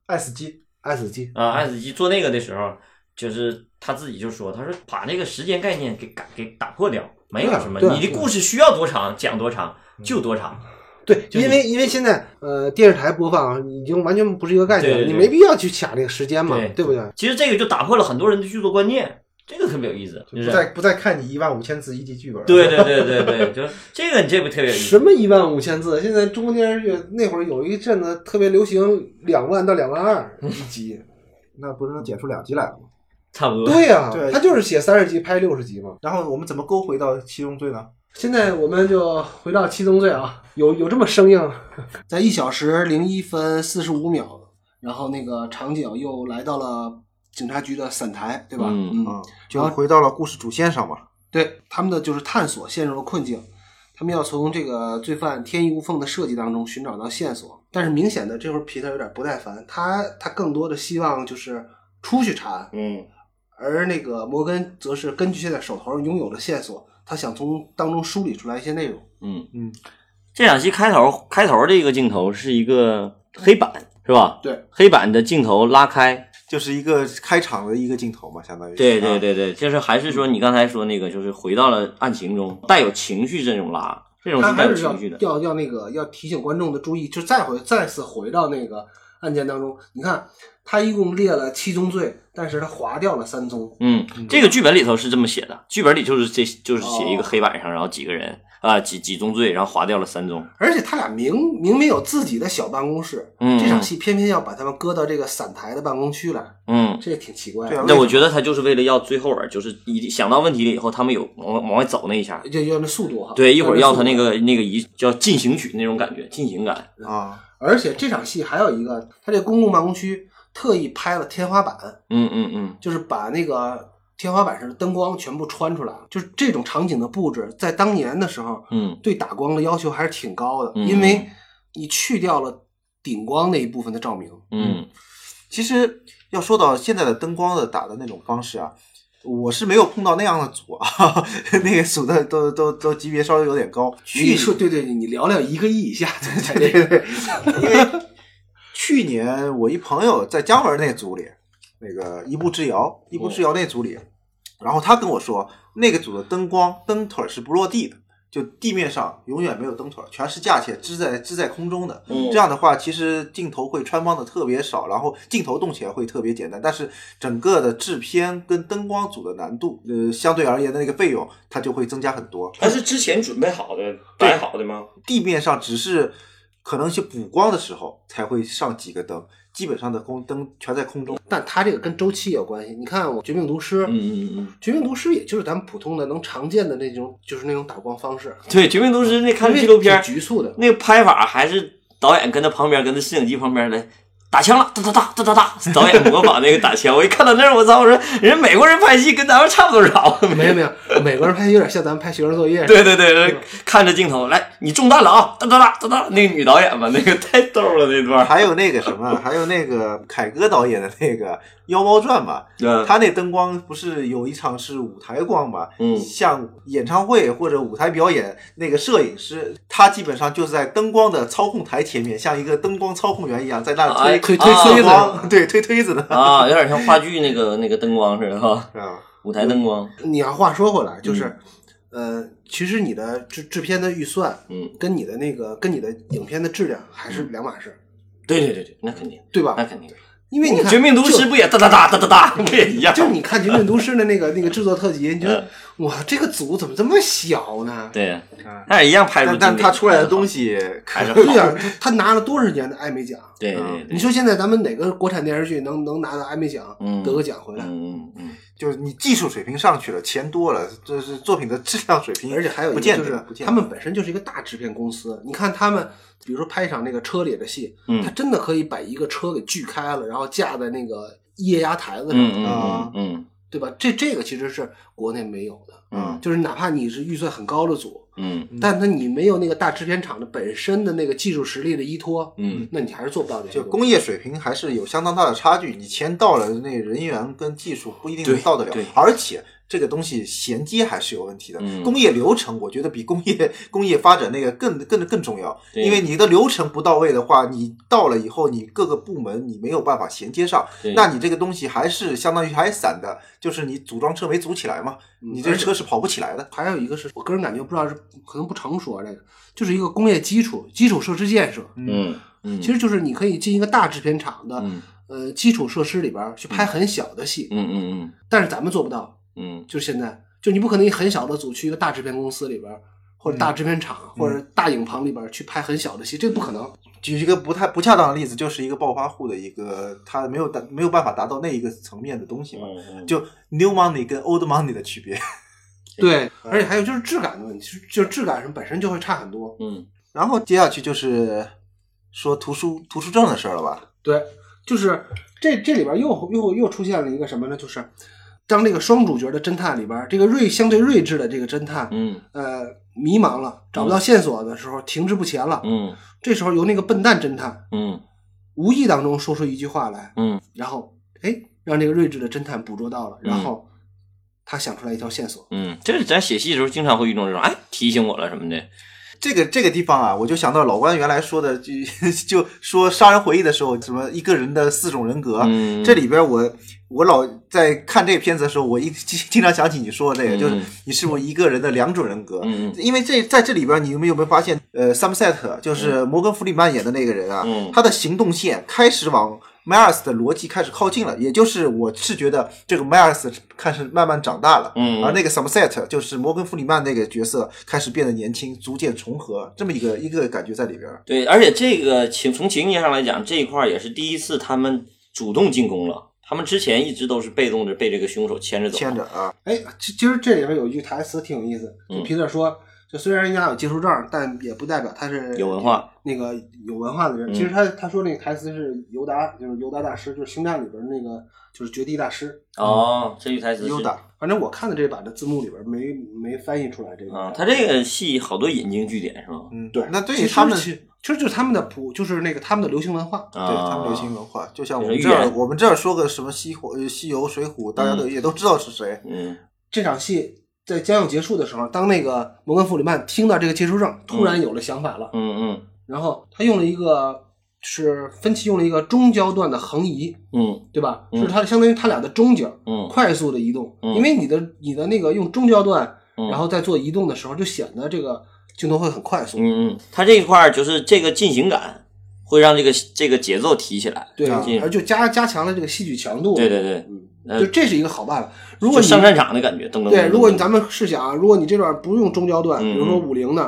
爱死机，
爱死机，
啊？爱死机做那个的时候，就是他自己就说，他说把这个时间概念给改给打破掉，没有
对啊
什么，
对啊嗯
你的故事需要多长讲多长就多长，
对，
就
因为因为现在呃电视台播放已经完全不是一个概念
对
了，
对
你
对
没必要去卡那个时间嘛
对，
对不对？
其实这个就打破了很多人的剧作观念，这个特别有意思，就
不
啊
是
再不再看你一万五千字一集剧本，
对对对对对，就是这个你这个特别有意
什
思。
么一万五千字？现在中国电视剧那会儿有一阵子特别流行两万到两万二一集，
那不是能剪出两集来了吗？
差不多。
对呀、
对
他就是写三十集拍六十集嘛。
然后我们怎么勾回到七宗罪呢？
现在我们就回到七宗罪啊，有有这么生硬？在一小时零一分四十五秒，然后那个场景又来到了警察局的伞台，对吧？
嗯
啊，就回到了故事主线上嘛。
对，他们的就是探索陷入了困境，他们要从这个罪犯天衣无缝的设计当中寻找到线索。但是明显的，这会儿皮特有点不耐烦，他他更多的希望就是出去查案，
嗯
而那个摩根则是根据现在手头上拥有的线索，他想从当中梳理出来一些内容。
嗯
嗯，
这场戏开头开头这个镜头是一个黑板是吧？
对，
黑板的镜头拉开。
就是一个开场的一个镜头嘛，相当于是
对
啊
对对对，就是还是说你刚才说那个，就是回到了案情中，带有情绪这种拉，这种
他
是带
还
有
是要
情绪的。
要要那个要提醒观众的注意，就再回再次回到那个案件当中。你看，他一共列了七宗罪，但是他划掉了三宗。
嗯，这个剧本里头是这么写的，剧本里就是这就是写一个
哦
黑板上，然后几个人啊、几几宗罪，然后划掉了三宗。
而且他俩明明明有自己的小办公室，
嗯，
这场戏偏偏要把他们搁到这个散台的办公区来，
嗯，
这也挺奇怪
对啊
的。
那我觉得他就是为了要最后边就是一想到问题了以后，他们有往往外走那一下，
就要那速度哈，
对，一会儿要他那
个。
个那个一叫进行曲那种感觉，进行感。
啊，
而且这场戏还有一个，他这公共办公区特意拍了天花板，
嗯嗯嗯，
就是把那个天花板上的灯光全部穿出来了。就是这种场景的布置，在当年的时候，
嗯，
对打光的要求还是挺高的，
嗯
因为你去掉了顶光那一部分的照明。
嗯
其实要说到现在的灯光的打的那种方式啊，我是没有碰到那样的组啊， <laughs> 那个组的都都都级别稍微有点高。去
你说对对，你聊聊一个亿以下，
<laughs>
对
对对，因为去年我一朋友在姜文那组里，那个一步之遥，一步之遥那组里，然后他跟我说，那个组的灯光灯腿儿是不落地的，就地面上永远没有灯腿儿，全是架起来支在支在空中的。
嗯
这样的话，其实镜头会穿帮的特别少，然后镜头动起来会特别简单，但是整个的制片跟灯光组的难度，呃，相对而言的那个费用，它就会增加很多。
他是之前准备好的摆好的吗？
地面上只是可能去补光的时候才会上几个灯，基本上的光灯全在空中。
但它这个跟周期有关系。你看我《绝命毒师》
嗯嗯嗯，
绝命毒师》也就是咱们普通的能常见的那种，就是那种打光方式。
对，《绝命毒师》那看
因为
纪录片儿
挺，局促的，
那个拍法还是导演跟他旁边跟他摄影机旁边的。打枪了，哒哒哒哒哒哒！导演模仿那个打枪，我一看到那儿，我操！我说人美国人拍戏跟咱们差不多少。
没有没有，美国人拍有点像咱们拍学生作业
<laughs>
似的。
对对对，看着镜头，来，你中弹了啊！哒哒哒哒哒，那个女导演嘛，那个太逗了那段。
还有那个什么，还有那个凯歌导演的那个《妖猫传》嘛，
<laughs> 嗯
他那灯光不是有一场是舞台光嘛？
嗯
像演唱会或者舞台表演，那个摄影师他基本上就是在灯光的操控台前面，像一个灯光操控员一样在那
哎
推
推
啊
推推子
光，对，推推子的
啊，有点像话剧那个那个灯光似的 <laughs> 哈，
啊。
舞台灯光。
你要话说回来，就是，呃，其实你的制制片的预算，
嗯，
跟你的那个跟你的影片的质量还是两码事，
对对对对，那肯定，
对
那
吧？
肯定。
因为你看
哎哦绝命毒师》，不也哒哒哒哒哒哒，不也一样？
就就你看《绝命毒师》的那个那个制作特辑，你觉得
嗯
哇，这个组怎么这么小呢？
对，那也一样拍出
但
经典。
但他出来的
西
东西
还是好
<laughs>
对。呀、他他拿了多少年的艾美奖？
对对
嗯
对，
你说现在咱们哪个国产电视剧能能拿到艾美奖、
嗯
得个奖回来？
嗯嗯嗯，
就是你技术水平上去了，钱多了，这是作品的质量水平，
而且还有一
不
个
见
就
得
是
不，见得
他们本身就是一个大制片公司。你看他们，比如说拍一场那个车里的戏，
嗯
他真的可以把一个车给锯开了，然后架在那个液压台子上，
嗯嗯
啊
嗯嗯
对吧？这这个其实是国内没有的，
嗯
就是哪怕你是预算很高的组，
嗯
但他你没有那个大制片厂的本身的那个技术实力的依托，
嗯
那你还是做不到这些
就
东西。
工业水平还是有相当大的差距。你钱到了，那人员跟技术不一定能到得了
对对，
而且这个东西衔接还是有问题的。
嗯
工业流程，我觉得比工业工业发展那个更更更重要，
嗯对
因为你的流程不到位的话，你到了以后，你各个部门你没有办法衔接上
对，
那你这个东西还是相当于还散的，就是你组装车没组起来嘛，
嗯
你这
而且
车是跑不起来的。
还有一个是我个人感觉，不知道是可能不成熟啊，这个就是一个工业基础基础设施建设，
嗯嗯，
其实就是你可以进一个大制片厂的，
嗯
呃基础设施里边儿去拍很小的戏，
嗯嗯
但是咱们做不到。
嗯
就是现在，就你不可能一很小的组去一个大制片公司里边儿，或者大
嗯
制片厂、或者大影棚里边儿去拍很小的戏，这不可能。
举一个不太不恰当的例子，就是一个暴发户的一个，他没有达没有办法达到那一个层面的东西嘛。
嗯，
就 new money 跟 old money 的区别。
对，哎
哎
而且还有就是质感的问题，就就是质感上本身就会差很多。
嗯
然后接下去就是说图书图书证的事儿了吧？
对，就是这这里边又又又出现了一个什么呢？就是当这个双主角的侦探里边儿，这个睿相对睿智的这个侦探，
嗯
呃，迷茫了，找不到线索的时候，停滞不前了。
嗯
这时候由那个笨蛋侦探
嗯
无意当中说出一句话来，
嗯，
然后哎，让这个睿智的侦探捕捉到了，然后他想出来一条线索。
嗯，这是咱写戏的时候经常会遇到这种，哎，提醒我了什么的。
这个这个地方啊，我就想到老关原来说的，就 <laughs> 就说《杀人回忆》的时候，什么一个人的四种人格，
嗯，
啊这里边我我老在看这个片子的时候，我一经经常想起你说的这个，
嗯
就是你是不是一个人的两种人格？
嗯嗯
因为这在这里边，你有没有没有发现，呃，Sunset 就是摩根弗里曼演的那个人啊，
嗯
他的行动线开始往。迈尔斯的逻辑开始靠近了，也就是我是觉得这个迈尔斯开始慢慢长大了，
嗯
而那个 Sunset 就是摩根弗里曼那个角色开始变得年轻，逐渐重合，这么一个一个感觉在里边。
对，而且这个情从情节上来讲，这一块儿也是第一次他们主动进攻了。他们之前一直都是被动的被这个凶手牵着走，
牵着啊，
哎，其其实这里边有一句台词挺有意思，就
嗯
皮特说，就虽然人家有技术证，但也不代表他是
有文化。
那个有文化的人。
嗯
其实他他说那个台词是尤达，就是尤达大师，就是《星战》里边那个就是绝地大师。
哦，这句台词是
优嗯达，
反正我看的这版的字幕里边没没翻译出来这个。
啊，他这个戏好多引经据典是吧？
嗯，
对，
那对
其
于
实
他们
其其实就是他们的普，就是那个他们的流行文化。
啊，
对他们流行文化，就像我们
就是
这
寓
儿，
言
我们这儿说个什么西火、呃西游、水浒，大家都也都知道是谁。
嗯
这场戏在将要结束的时候，当那个摩根弗里曼听到这个技术证，突然有了想法了，
嗯
然后他用了一个是分歧用了一个中焦段的横移，
嗯嗯
对吧？
嗯
就是它相当于它俩的中景，
嗯
快速的移动，
嗯
因为你的你的那个用中焦段，
嗯，
然后再做移动的时候，就显得这个镜头会很快速。
嗯嗯，他这一块儿就是这个进行感会让这个这个节奏提起来，
对，
啊
而就加加强了这个戏剧强度。
对对对，
嗯，
呃
就这是一个好办法。如果
就
你
上战场的感觉，噔噔噔噔。
对，如果你
咱
咱们试想啊，如果你这段不用中焦段，
嗯
比如说五零的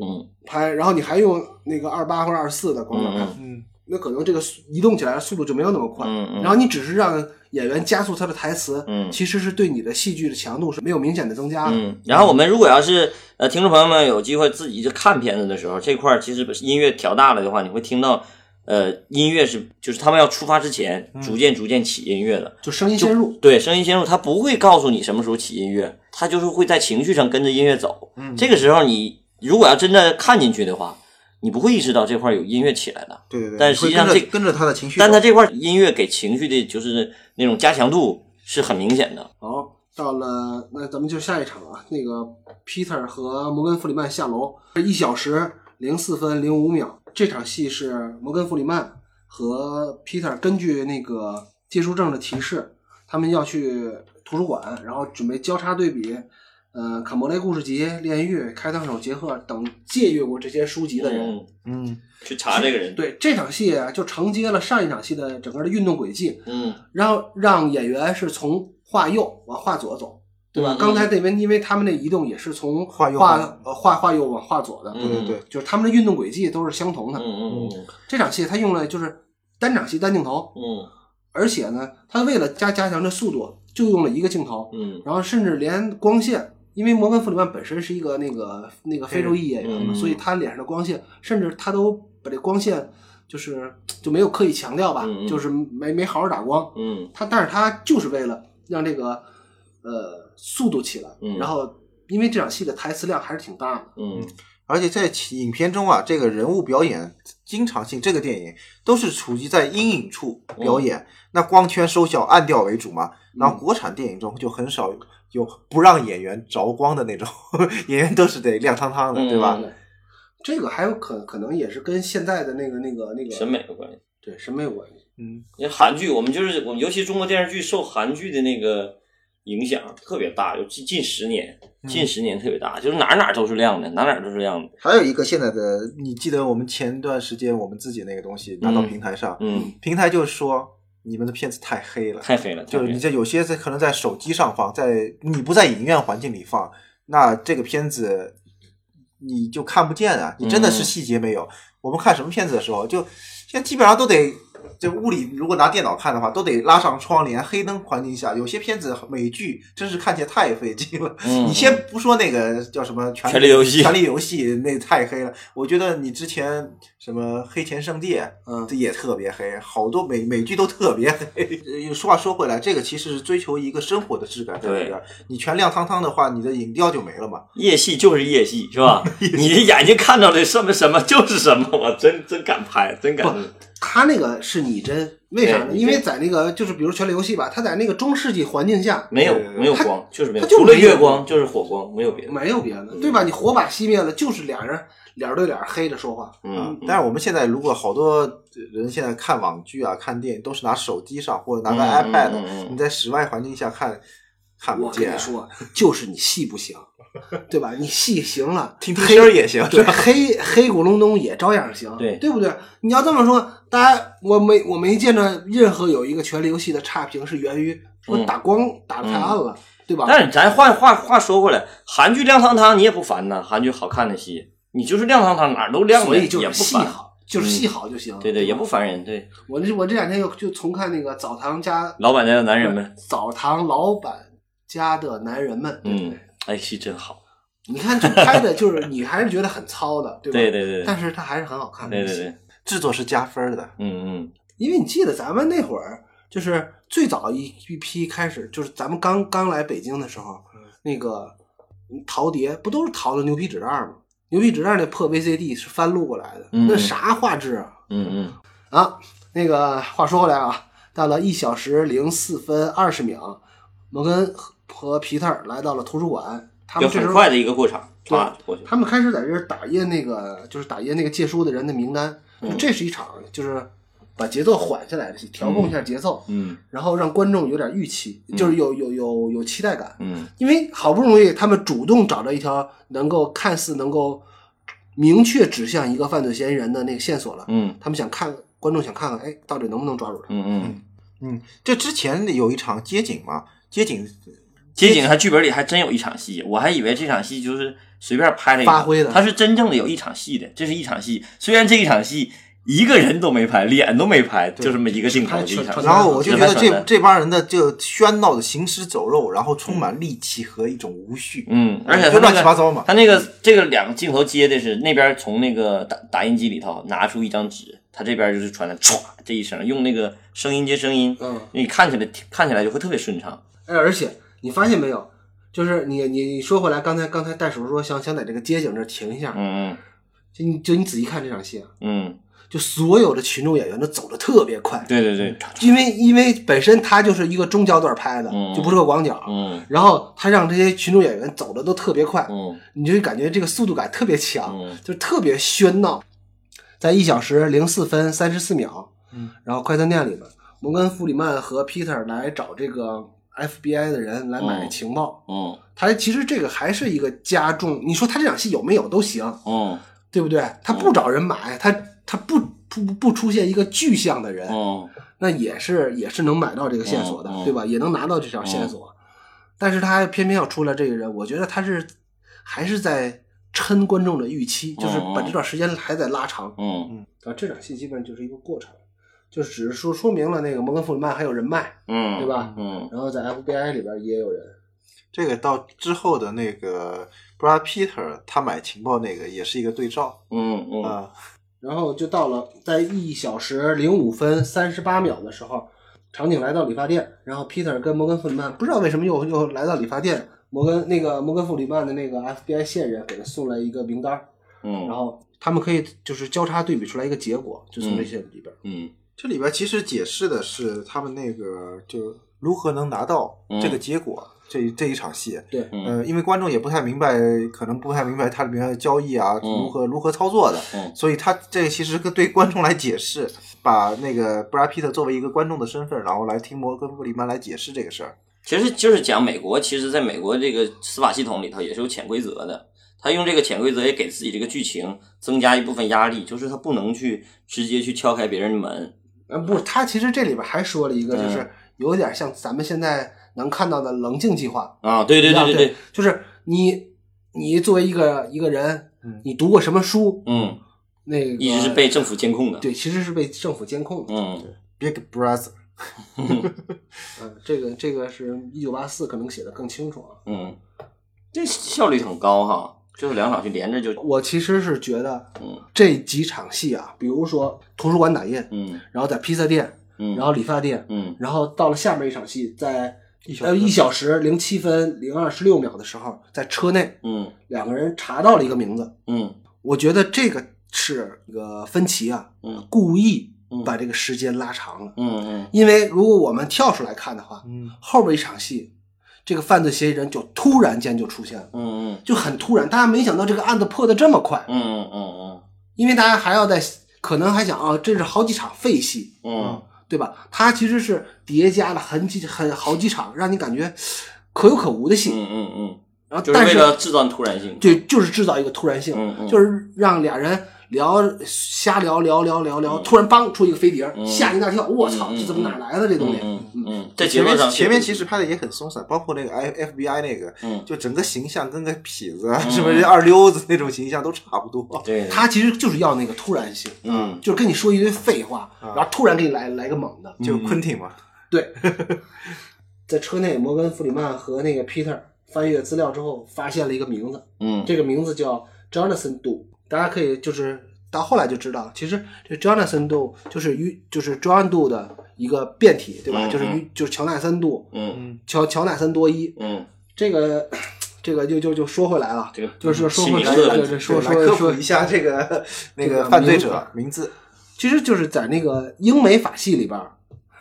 嗯
拍，然后你还用那个二八或者二四的广角拍，
嗯
嗯，
那可能这个速移动起来的速度就没有那么快。
嗯嗯，
然后你只是让演员加速他的台词，
嗯
其实是对你的戏剧的强度是没有明显的增加的。
嗯，然后我们如果要是呃，听众朋友们有机会自己就看片子的时候，这块儿其实音乐调大了的话，你会听到呃，音乐是就是他们要出发之前，逐渐逐渐起音乐的。
就声音先入，
对，声音先入，它不会告诉你什么时候起音乐，它就是会在情绪上跟着音乐走。
嗯
这个时候你如果要真的看进去的话，你不会意识到这块儿有音乐起来的，
对对对。
但
你会
实际上
跟着
这
跟着他的情绪走，
但它这块儿音乐给情绪的就是那种加强度是很明显的。
好，到了那咱们就下一场啊，那个 Peter 和摩根弗里曼下楼，一小时零四分零五秒。这场戏是摩根弗里曼和 Peter 根据那个借书证的提示，他们要去图书馆，然后准备交叉对比。呃，卡莫雷故事集、炼狱、开膛手杰克等借阅过这些书籍的人，
嗯，
嗯，
去查这个人。
对这场戏啊，就承接了上一场戏的整个的运动轨迹。
嗯，
然后让演员是从画右往画左走，对吧？
嗯
刚才那边因为他们那移动也是从
画右
画
往
呃画画右往画左的，
嗯
对对对，
就是他们的运动轨迹都是相同的。
嗯嗯嗯
这场戏他用了就是单场戏单镜头，
嗯
而且呢，他为了加加强这速度，就用了一个镜头，
嗯
然后甚至连光线。因为摩根·弗里曼本身是一个那个那个非洲裔演员嘛，
嗯
所以他脸上的光线，甚至他都把这光线就是就没有刻意强调吧，
嗯嗯
就是没没好好打光，
嗯
他但是他就是为了让这个呃速度起来，
嗯
然后因为这场戏的台词量还是挺大的，
嗯
而且在其影片中啊，这个人物表演经常性，这个电影都是处于在阴影处
哦
表演，那光圈收小，暗调为主嘛。
嗯
然后国产电影中就很少有不让演员着光的那种， <laughs> 演员都是得亮堂堂的，
嗯
对吧？
对这个还有可可能也是跟现在的那个那个那个
审美有关系。
对审美有关系。
嗯，
因为韩剧，我们就是我们，尤其中国电视剧受韩剧的那个影响特别大，有近近十年，近十年特别大，就是哪儿哪儿都是亮的，哪儿哪儿都是亮的。
还有一个现在的，你记得我们前段时间我们自己那个东西拿到平台上，
嗯，
平台就说你们的片子太黑了，
太黑了，
就是
太黑
你
了
这有些在可能在手机上放，在你不在影院环境里放，那这个片子你就看不见啊！你真的是
嗯
细节没有。我们看什么片子的时候，就现在基本上都得，这屋里如果拿电脑看的话，都得拉上窗帘，黑灯环境下，有些片子美剧真是看起来太费劲了。
嗯
你先不说那个叫什么权
权力游戏
权力游戏那太黑了。我觉得你之前什么《黑钱圣地》，
嗯
这也特别黑，好多美美剧都特别黑。 <laughs> 呃说话说回来，这个其实是追求一个生活的质感在里边儿。你全亮堂堂的话，你的影调就没了嘛。
夜戏就是夜戏，是吧？你的眼睛看到的什么什么就是什么，我真真敢拍，真敢。
他那个是拟真，为啥呢？
嗯对
因为在那个就是比如《权力游戏》吧，他在那个中世纪环境下
没有
对对对
没有光，就是没有，
它就
除了
没有
月光就是火光，没有别的。
没有别的，对吧？你火把熄灭了，就是俩人脸对脸黑着说话，
嗯，嗯
但是我们现在如果好多人现在看网剧啊、看电影都是拿手机上或者拿个
嗯嗯
iPad，、
嗯嗯
你在室外环境下看看不
我跟
见
你，说，就是你戏不行，对吧？你戏行了，
听听声儿也行。
对，黑黑咕隆咚也照样行，
对
对不对？你要这么说，大家我没我没见着任何有一个权力游戏的差评是源于我
嗯
打光、打的太暗了，对吧？
但是咱话话话说回来，韩剧亮堂堂你也不烦呐，韩剧好看的戏，你就是亮堂堂哪儿都亮
所
的，
以就
也
是
不
戏
烦。
好，就是戏好就行。
对对，
吧
也不烦人。对，
我这我这两天又就重看那个澡堂家
老板家的男人们，
澡堂老板家的男人们，
嗯，哎，戏真好。
你看就拍的就是你还是觉得很糙的，对吧？
<laughs> 对对对对
但是它还是很好看的。
对对对，
制作是加分的，
嗯
因为你记得咱们那会儿，就是最早一一批开始，就是咱们刚刚来北京的时候，
嗯
那个嗯陶碟不都是淘的牛皮纸袋吗？牛皮纸袋那破 VCD 是翻录过来的，
嗯
那啥画质啊！
嗯嗯
啊，那个话说回来啊，到了一小时零四分二十秒，摩根和和皮特来到了图书馆，他
嗯，就
们这时
很
候
快的一个过场，
对
啪过去。
他们开始在这儿打印那个，就是打印那个借书的人的名单。就
嗯
这是一场，就是把节奏缓下来，调控一下节奏，
嗯
然后让观众有点预期，就是有有有有期待感。
嗯
因为好不容易他们主动找到一条能够看似能够明确指向一个犯罪嫌疑人的那个线索了，
嗯
他们想看观众想看看，哎，到底能不能抓住他？
嗯嗯，
嗯，这之前有一场街景嘛，街景
街景还剧本里还真有一场戏，我还以为这场戏就是随便拍了一个
发挥的
他是真正的有一场戏的，这是一场戏，虽然这一场戏一个人都没拍，脸都没拍，就这么一个镜头
拍
的一
全
场戏。
全
然后我就觉得
只拍
这
传单
这帮人的就喧闹的行尸走肉，然后充满戾气和一种无序，
嗯，而且他
就
那
乱七八
个
糟嘛。
他那个这个两个镜头接的是那边从那个打打印机里头拿出一张纸，他这边就是传来唰这一声，用那个声音接声音，
嗯，
你看起来看起来就会特别顺畅。
哎，而且你发现没有，就是你你你说回来，刚才刚才袋鼠说想想在这个街景这儿停一下，
嗯
就你就你仔细看这场戏啊，
嗯嗯，
就所有的群众演员都走的特别快，
对对对，
因为因为本身他就是一个中焦段拍的，
嗯
就不是个广角。啊
嗯
然后他让这些群众演员走的都特别快，
嗯
你就感觉这个速度感特别强，
嗯
就是特别喧闹。在一小时零四分三十四秒，
嗯，
然后快餐店里面，摩根·弗里曼和 Peter 来找这个 FBI 的人来买
嗯
情报。
嗯
他其实这个还是一个加重，你说他这场戏有没有都行，
嗯
对不对？他不找人买，他他不不不出现一个具象的人，
嗯
那也是也是能买到这个线索的，
嗯嗯
对吧？也能拿到这条线索，但是他偏偏要出来这个人，我觉得他是还是在抻观众的预期，就是把这段时间还在拉长。
嗯
啊，这场戏基本就是一个过程，就只是说说明了那个摩根·弗里曼还有人脉，
嗯，
对？吧？
嗯
然后在 FBI 里边也有人，
这个到之后的那个 Brad Peter 他买情报那个也是一个对照
嗯
啊、
嗯
然后就到了在一小时零五分三十八秒的时候，场景来到理发店，然后 Peter 跟摩根·弗里曼不知道为什么又又来到理发店，摩根那个摩根·弗里曼的那个 FBI 线人给他送来一个名单儿，
嗯，
然后他们可以就是交叉对比出来一个结果，就从这些里边儿。
嗯
这里边其实解释的是他们那个就如何能拿到这个结果，这这一场戏。
对
嗯
呃，因为观众也不太明白，可能不太明白它里面的交易啊，
嗯
如何如何操作的，
嗯
所以他这其实对观众来解释，把那个 Brad Pitt 作为一个观众的身份，然后来听摩根弗里曼来解释这个事儿。
其实就是讲美国，其实在美国这个司法系统里头也是有潜规则的。他用这个潜规则也给自己这个剧情增加一部分压力，就是他不能去直接去敲开别人的门。
啊，不，他其实这里边还说了一个，
嗯
就是有点像咱们现在能看到的棱镜计划，
啊，对对
一样
对对，
就是你你作为一个一个人
嗯，
你读过什么书，
嗯，
那个
一直是被政府监控的。
对，其实是被政府监控的。
嗯
Big Brother，
嗯，这个这个是一九八四，可能写的更清楚啊。
嗯，这效率很高哈，就是两场去连着就
我其实是觉得
嗯
这几场戏啊，比如说图书馆打印，
嗯
然后在披萨店，
嗯，
然后理发店，
嗯
然后到了下面一场戏，在
一小
呃一小时零七分零二十六秒的时候，在车内
嗯
两个人查到了一个名字，
嗯
我觉得这个是一个芬奇啊
嗯
故意
嗯
把这个时间拉长了。
嗯嗯
因为如果我们跳出来看的话，
嗯
后边一场戏，这个犯罪嫌疑人就突然间就出现了，
嗯
就很突然，大家没想到这个案子破得这么快
嗯，嗯嗯
因为大家还要在可能还想啊，这是好几场废戏，
嗯嗯
对吧？它其实是叠加了很几很好几场，让你感觉可有可无的戏。
嗯嗯
然
嗯，
后
就是
啊但
为
是
了制造突然性。
对，就是制造一个突然性，
嗯嗯
就是让俩人聊瞎聊聊聊聊聊，突然梆出一个飞碟儿，
嗯
吓一大跳。我操，
嗯嗯
这怎么哪来的这东西？
嗯嗯
嗯
嗯，在节
前
奏
面
上
前面其实拍的也很松散，包括那个 F F B I 那个，
嗯
就整个形象跟个痞子啊什么二溜子那种形象都差不多。
对
他其实就是要那个突然性，啊
嗯啊
就是跟你说一堆废话，然后突然给你来来个猛的。
嗯
就昆汀嘛，
在车内，摩根·弗里曼和那个 Peter 翻阅资料之后，发现了一个名字，
嗯
这个名字叫 Jonathan Doe，大家可以就是到后来就知道，其实这 Jonathan Doe 就是于就是 John Doe 的一个变体，对吧？
嗯
就是于就是乔纳森杜，
嗯
乔乔纳森多伊。
嗯，
这个这个就就就说回来了，
这个
就是说
嗯起
回
名
来
字的问
就
题
是说说
来科
说
普一，下这个那
这
个
个
犯罪
名字
者名字。
其实就是在那个英美法系里边儿。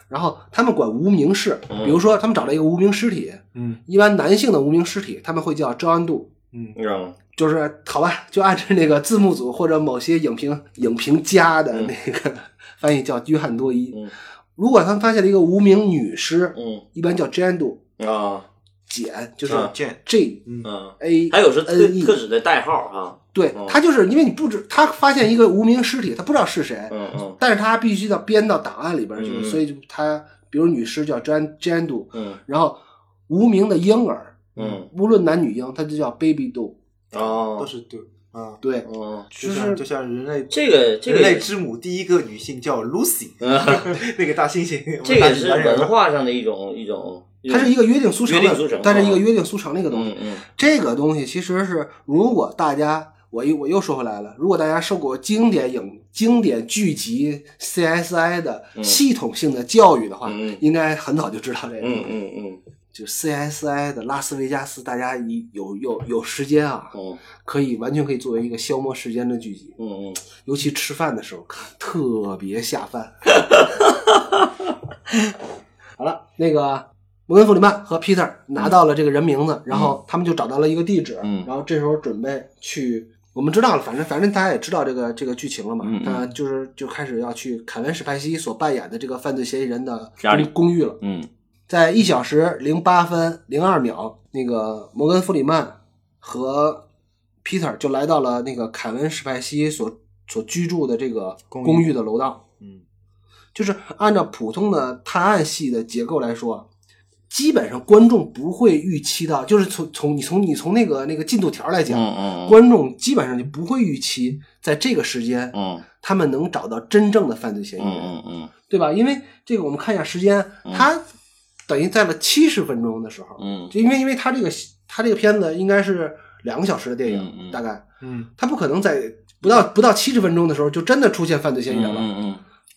然后他们管无名氏，
嗯
比如说他们找了一个无名尸体，
嗯
一般男性的无名尸体他们会叫 John Doe，
嗯
嗯
就是好吧，就按照那个字幕组或者某些影评影评家的那个翻译叫约翰多伊。
嗯
如果他们发现了一个无名女尸，
嗯
一般叫 Jando
啊
简，就是
啊
见
J
嗯，
A
还有是特
N E。
特指的代号哈，
对
嗯
他就是因为你不知他发现一个无名尸体，他不知道是谁，
嗯嗯
但是他必须要编到档案里边去，
嗯嗯
所以就他比如女尸叫 Jan Jando，
嗯
然后无名的婴儿，
嗯
无论男女婴，他就叫 Baby Do。
都
哦
是对啊，
对，
嗯，
就
就是像就像人类
这个这个
人类
也
之母第一个女性叫 Lucy，
<laughs> 嗯
<laughs> 那个大猩猩，
这个也
大
是
男人
文化上的一种一种，
它是一个约定俗成
约定俗
的
成，
但是一个约定俗成的一个东西。
嗯嗯
这个东西其实是，如果大家，我又我又说回来了，如果大家受过经典影、经典剧集 CSI 的
嗯
系统性的教育的话，
嗯嗯
应该很早就知道这个。
嗯嗯嗯
就 CSI 的拉斯维加斯，大家一有有有时间啊，
嗯
可以完全可以作为一个消磨时间的剧集，
嗯嗯，
尤其吃饭的时候看，特别下饭。好了，那个摩根·弗里曼和 Peter 拿到了这个人名字，然后他们就找到了一个地址，
嗯
然后这时候准备去，我们知道了，反正反正大家也知道这个这个剧情了嘛，
嗯嗯
他就是就开始要去凯文·史派西所扮演的这个犯罪嫌疑人的
家里
公公寓了。
嗯
在一小时零八分零二秒，那个摩根·弗里曼和 Peter 就来到了那个凯文·史派西所所居住的这个
公寓
公寓的楼道。
嗯，
就是按照普通的探案系的结构来说，基本上观众不会预期到，就是从从你从你从那个那个进度条来讲，
嗯嗯
观众基本上就不会预期在这个时间
嗯
他们能找到真正的犯罪嫌疑人。
嗯嗯
对吧？因为这个我们看一下时间，它等于在了七十分钟的时候，
嗯
就因为因为它这个它这个片子应该是两个小时的电影，
嗯嗯
大概
嗯，
它不可能在不到不到七十分钟的时候就真的出现犯罪嫌疑人了。
嗯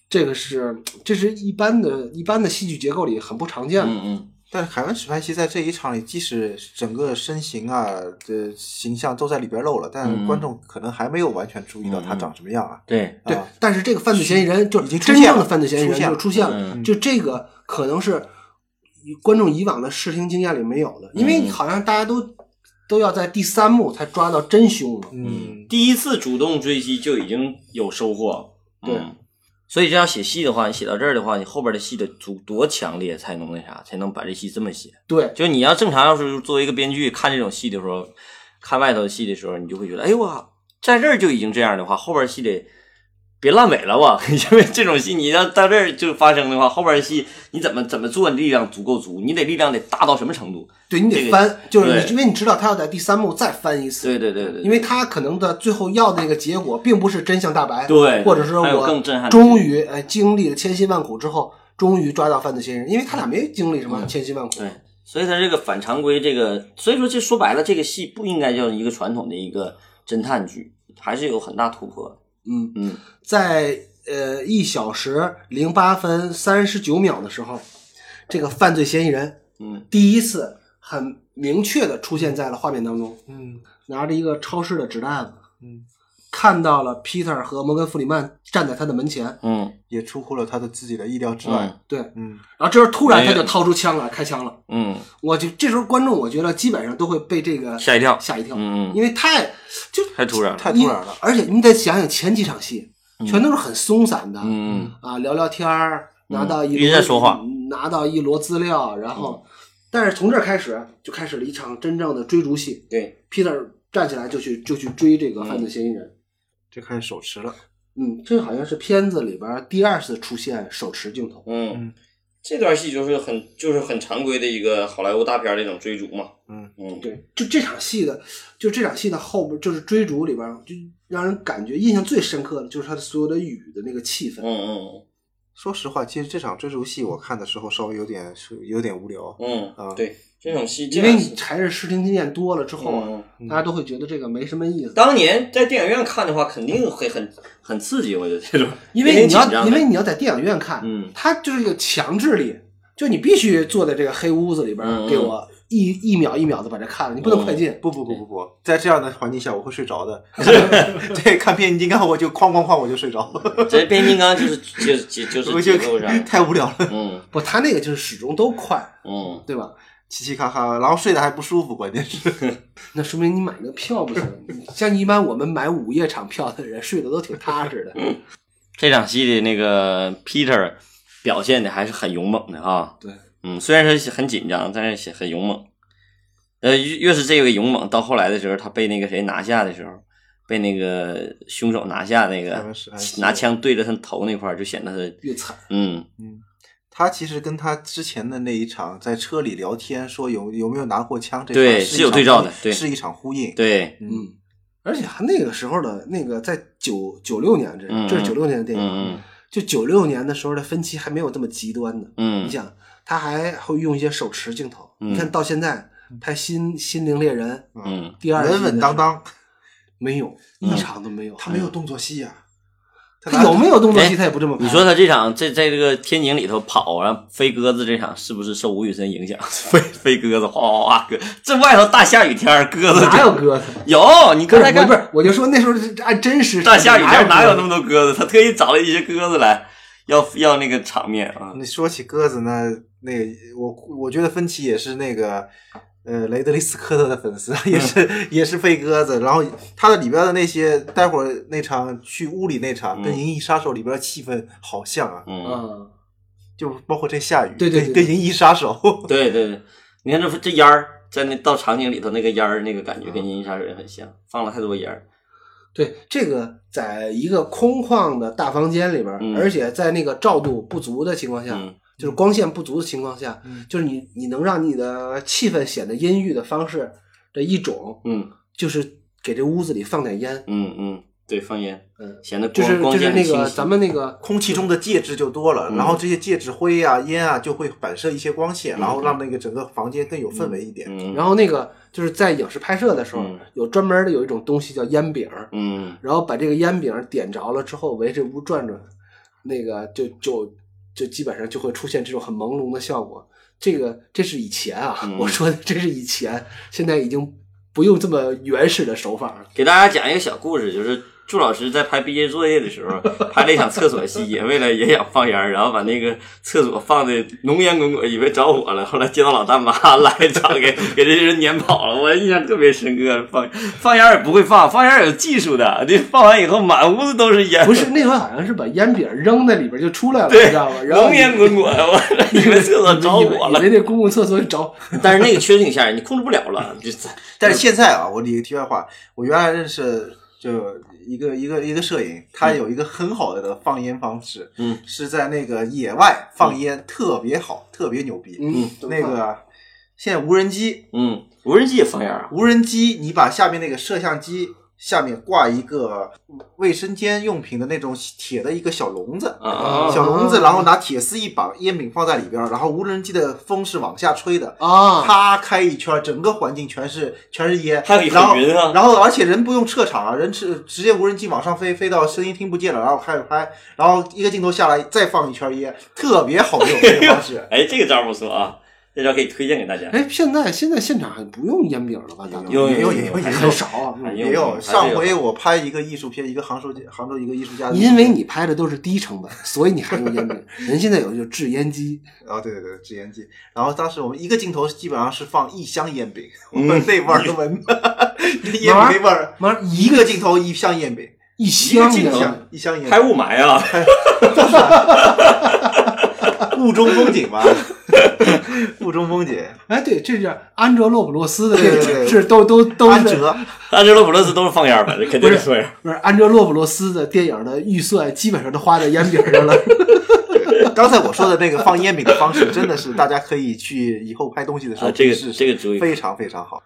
这个是这是一般的一般的戏剧结构里很不常见的。
嗯
<laughs> 但是凯文史派西在这一场里，即使整个身形啊的形象都在里边露了，但
嗯
观众可能还没有完全注意到他长什么样啊。
对，
对
啊，
但是这个犯罪嫌疑人就是
已经出
真
现
正的
了
犯罪嫌疑人
出现
就
了
出现了，
嗯
就这个可能是观众以往的视听经验里没有的，因为
嗯
好像大家都都要在第三幕才抓到真凶嘛。
嗯，
第一次主动追击就已经有收获，，嗯所以这要写戏的话，你写到这儿的话，你后边的戏得足多强烈才能那啥，才能把这戏这么写。
对，
就你要正常，要是作为一个编剧看这种戏的时候，看外头的戏的时候，你就会觉得，哎呦我在这儿就已经这样的话，后边戏得别烂尾了吧？ <laughs> 因为这种戏你要到这儿就发生的话，后边戏你怎么怎么做，力量足够足，你得力量得大到什么程度？
对你
这
得
个
翻，就是
对
你因为你知道他要在第三幕再翻一次，
对对对对，
因为他可能的最后要的那个结果并不是真相大白，
对
或者是
还有更
我
震撼的
终于呃经历了千辛万苦之后，终于抓到犯罪嫌疑人，因为他俩没经历什么千辛万苦，
对，所以他这个反常规，这个所以说这说白了，这个戏不应该叫一个传统的一个侦探剧，还是有很大突破。
嗯，
嗯
在呃一小时零八分三十九秒的时候，这个犯罪嫌疑人
嗯
第一次很明确的出现在了画面当中，
嗯
拿着一个超市的纸袋子，
嗯，
看到了 Peter 和摩根弗里曼站在他的门前，
嗯
也出乎了他的自己的意料之外。
嗯
对，
嗯，
然后这时候突然
没
他
有
就掏出枪来开枪了，
嗯，
我就这时候观众我觉得基本上都会被这个
吓一跳，
吓一跳，
嗯嗯，
因为太就
太突然了，
嗯太突然了。
而且你得想想前几场戏全都是很松散的，
嗯
啊，聊聊天儿，拿到一
一直
摞嗯
在说话，
拿到一摞资料，然后，但是从这儿开始就开始了一场真正的追逐戏。
对
，Peter 站起来就去就去追这个犯罪嫌疑人。
这开始手持了，
嗯，这好像是片子里边儿第二次出现手持镜头。
嗯
嗯
嗯，这段戏就是很就是很常规的一个好莱坞大片儿的一种追逐嘛，
嗯
嗯
对，就这场戏的，就这场戏的后边就是追逐里边儿，就让人感觉印象最深刻的就是他的所有的雨的那个气氛。
嗯
说实话，其实这场追逐戏我看的时候稍微有点有点无聊。
嗯
啊
嗯，对，这种戏，这
因为
种
你
戏
还是视听经验多了之后啊，
嗯
嗯
大家都会觉得这个没什么意思。
当年在电影院看的话，肯定会很很刺激，我觉得这种，
因
也
为
挺
你
紧张
要，
的
因为你要在电影院看，
嗯
它就是一个强制力，就你必须坐在这个黑屋子里边儿，
嗯
给我一一秒一秒的把这看了，你不能快进。
不不不不不，在这样的环境下我会睡
<laughs>
着的。对，看变形金刚我就哐哐哐我就睡着了，
这变形金刚就是就就就是
<laughs> 我
节
就
奏上，
太无聊了，
嗯
不，它那个就是始终都快，
嗯，
对吧？
嘻嘻哈哈，然后睡得还不舒服，关键是。
那说明你买那个票不
<laughs>
行。像一般我们买午夜场票的人，睡得都挺踏实的。
嗯这场戏的那个 Peter 表现的还是很勇猛的哈，
对，
嗯，虽然说很紧张，但是很勇猛。呃，越越是这个勇猛，到后来的时候，他被那个谁拿下的时候，被那个凶手拿下那
海
个
文史海西
拿枪对着他头那块儿，就显得他
越惨，
嗯
他其实跟他之前的那一场在车里聊天，说有有没有拿过枪这
对
场
是有对照的对
是一场呼应。
对，
嗯，
嗯。而且他那个时候的那个，在九九六年这
嗯
这是九六年的电影，
嗯
就九六年的时候的分歧还没有这么极端呢。
嗯
你想，他还会用一些手持镜头。
嗯
你看到现在拍新《心灵猎人》
嗯
第二季的
稳稳当当，
没有一场都没有，
他没
嗯
有动作戏啊呀、他
他有没有动作戏
哎
他也不这么拍。
你说他这场在在这个天井里头跑，然后飞鸽子这场是不是受吴宇森影响？ <laughs> 飞飞鸽子哗哗哗鸽，这外头大下雨天儿，鸽子
哪有鸽子？
有？你
不
刚
是
才看
不是，我就说那时候是按真实
大下雨天儿哪有那
么
么多鸽子？他特意找了一些鸽子来，要要那个场面啊。
你说起鸽子呢，那我我觉得芬奇也是那个。呃，雷德利·斯科特的粉丝
嗯
也是、也是飞鸽子，然后他的里边的那些，待会儿那场去屋里那
嗯
场、跟《银翼杀手》里边的气氛好像啊，
嗯，
啊？
就包括这下雨，
对对
跟
对
跟《银翼杀手》 <laughs>
对对对，你看这这烟儿在那到场景里头那个烟儿那个感
嗯
觉跟《银翼杀手》也很像，放了太多烟儿。
对，这个在一个空旷的大房间里边儿，
嗯
而且在那个照度不足的情况下，
嗯
就是啊光线不足的情况下，
嗯
就是你你能让你的气氛显得阴郁的方式的一种，
嗯
就是给这屋子里放点烟，
嗯嗯，对，放烟，
嗯，
显得
就
光
是就
光
是
线很
那
清
个
晰
咱们那个
空气中的介质就多了，
嗯
然后这些介质灰啊、烟啊就会反射一些光
嗯
线，然后让那个整个房间更有氛围一点。
嗯，
然后那个就是在影视拍摄的时候，
嗯
有专门的有一种东西叫烟饼儿，
嗯
然后把这个烟饼儿点着了之后，围这屋转转，那个就就就基本上就会出现这种很朦胧的效果。这个这是以前啊，
嗯
<laughs> 我说的这是以前，现在已经不用这么原始的手法了。 <laughs>
给大家讲一个小故事，就是祝老师在拍毕业作业的时候，拍了一场厕所戏，也为了也想放烟儿，然后把那个厕所放的浓烟滚滚，以为着火了。后来街道老大妈来场给 <laughs> 给这些人撵跑了，我印象特别深刻。放放烟儿也不会放，放烟儿有技术的，这放完以后满屋子都是烟，
不
<laughs>
是那回好像是把烟饼儿扔在里边儿就出来了，你
对
知道吗？然后
浓烟滚滚，我以为厕所着火了
以。为那公共厕所着
但是那个确实挺吓人，你控制不了了，就嗯
但是现在啊，我理个题外话，我原来认识就一个一个一个摄影，他有一个很好的放烟方式，
嗯，
是在那个野外放烟，特别好，特别牛逼。
嗯，
那个现在无人机，
嗯，无人机也放烟儿啊，
无人机你把下面那个摄像机。下面挂一个卫生间用品的那种铁的一个小笼子，
啊
小笼
啊
子，然后拿铁丝一绑，烟饼放在里边儿，然后无人机的风是往下吹的，
啊，
啪开一圈儿，整个环境全是全是烟，
嗯还有一
然后
很云啊
然后而且人不用撤场啊，人是直接无人机往上飞，飞到声音听不见了，然后开始拍，然后一个镜头下来再放一圈烟，特别好用这个方式。
哎，这个招不错啊！这招可以推荐给大家。
哎，现在现在现场还不用烟饼了吧？大家
<laughs> 有
也
有
也有
有
也
很少啊。
哎
也有上回我拍一个艺术片，一个杭州杭州一个艺术家的，
因为你拍的都是低成本，所以你还用烟饼。人现在有就制烟机，
啊，对对对，制烟机。然后当时我们一个镜头基本上是放一箱烟饼，我们那味儿都闻，烟饼那味儿，
妈一
一
个
个镜头一箱烟饼，
一箱
一个
烟
镜头
饼，
一箱烟
拍
饼，
雾霾啊，
雾中风景嘛，雾中风景，
哎，对，这是安哲洛普洛斯的这
对
个
对对
是都都都
安
是
哲
安哲洛普勒斯都是放烟儿的，这肯定是放烟儿。
不是安哲洛普洛斯的电影的预算基本上都花在烟饼上了。
刚才我说的那个放烟饼的方式，真的是大家可以去以后拍东西的时候
啊这个
试试
这个主意
非常非常好。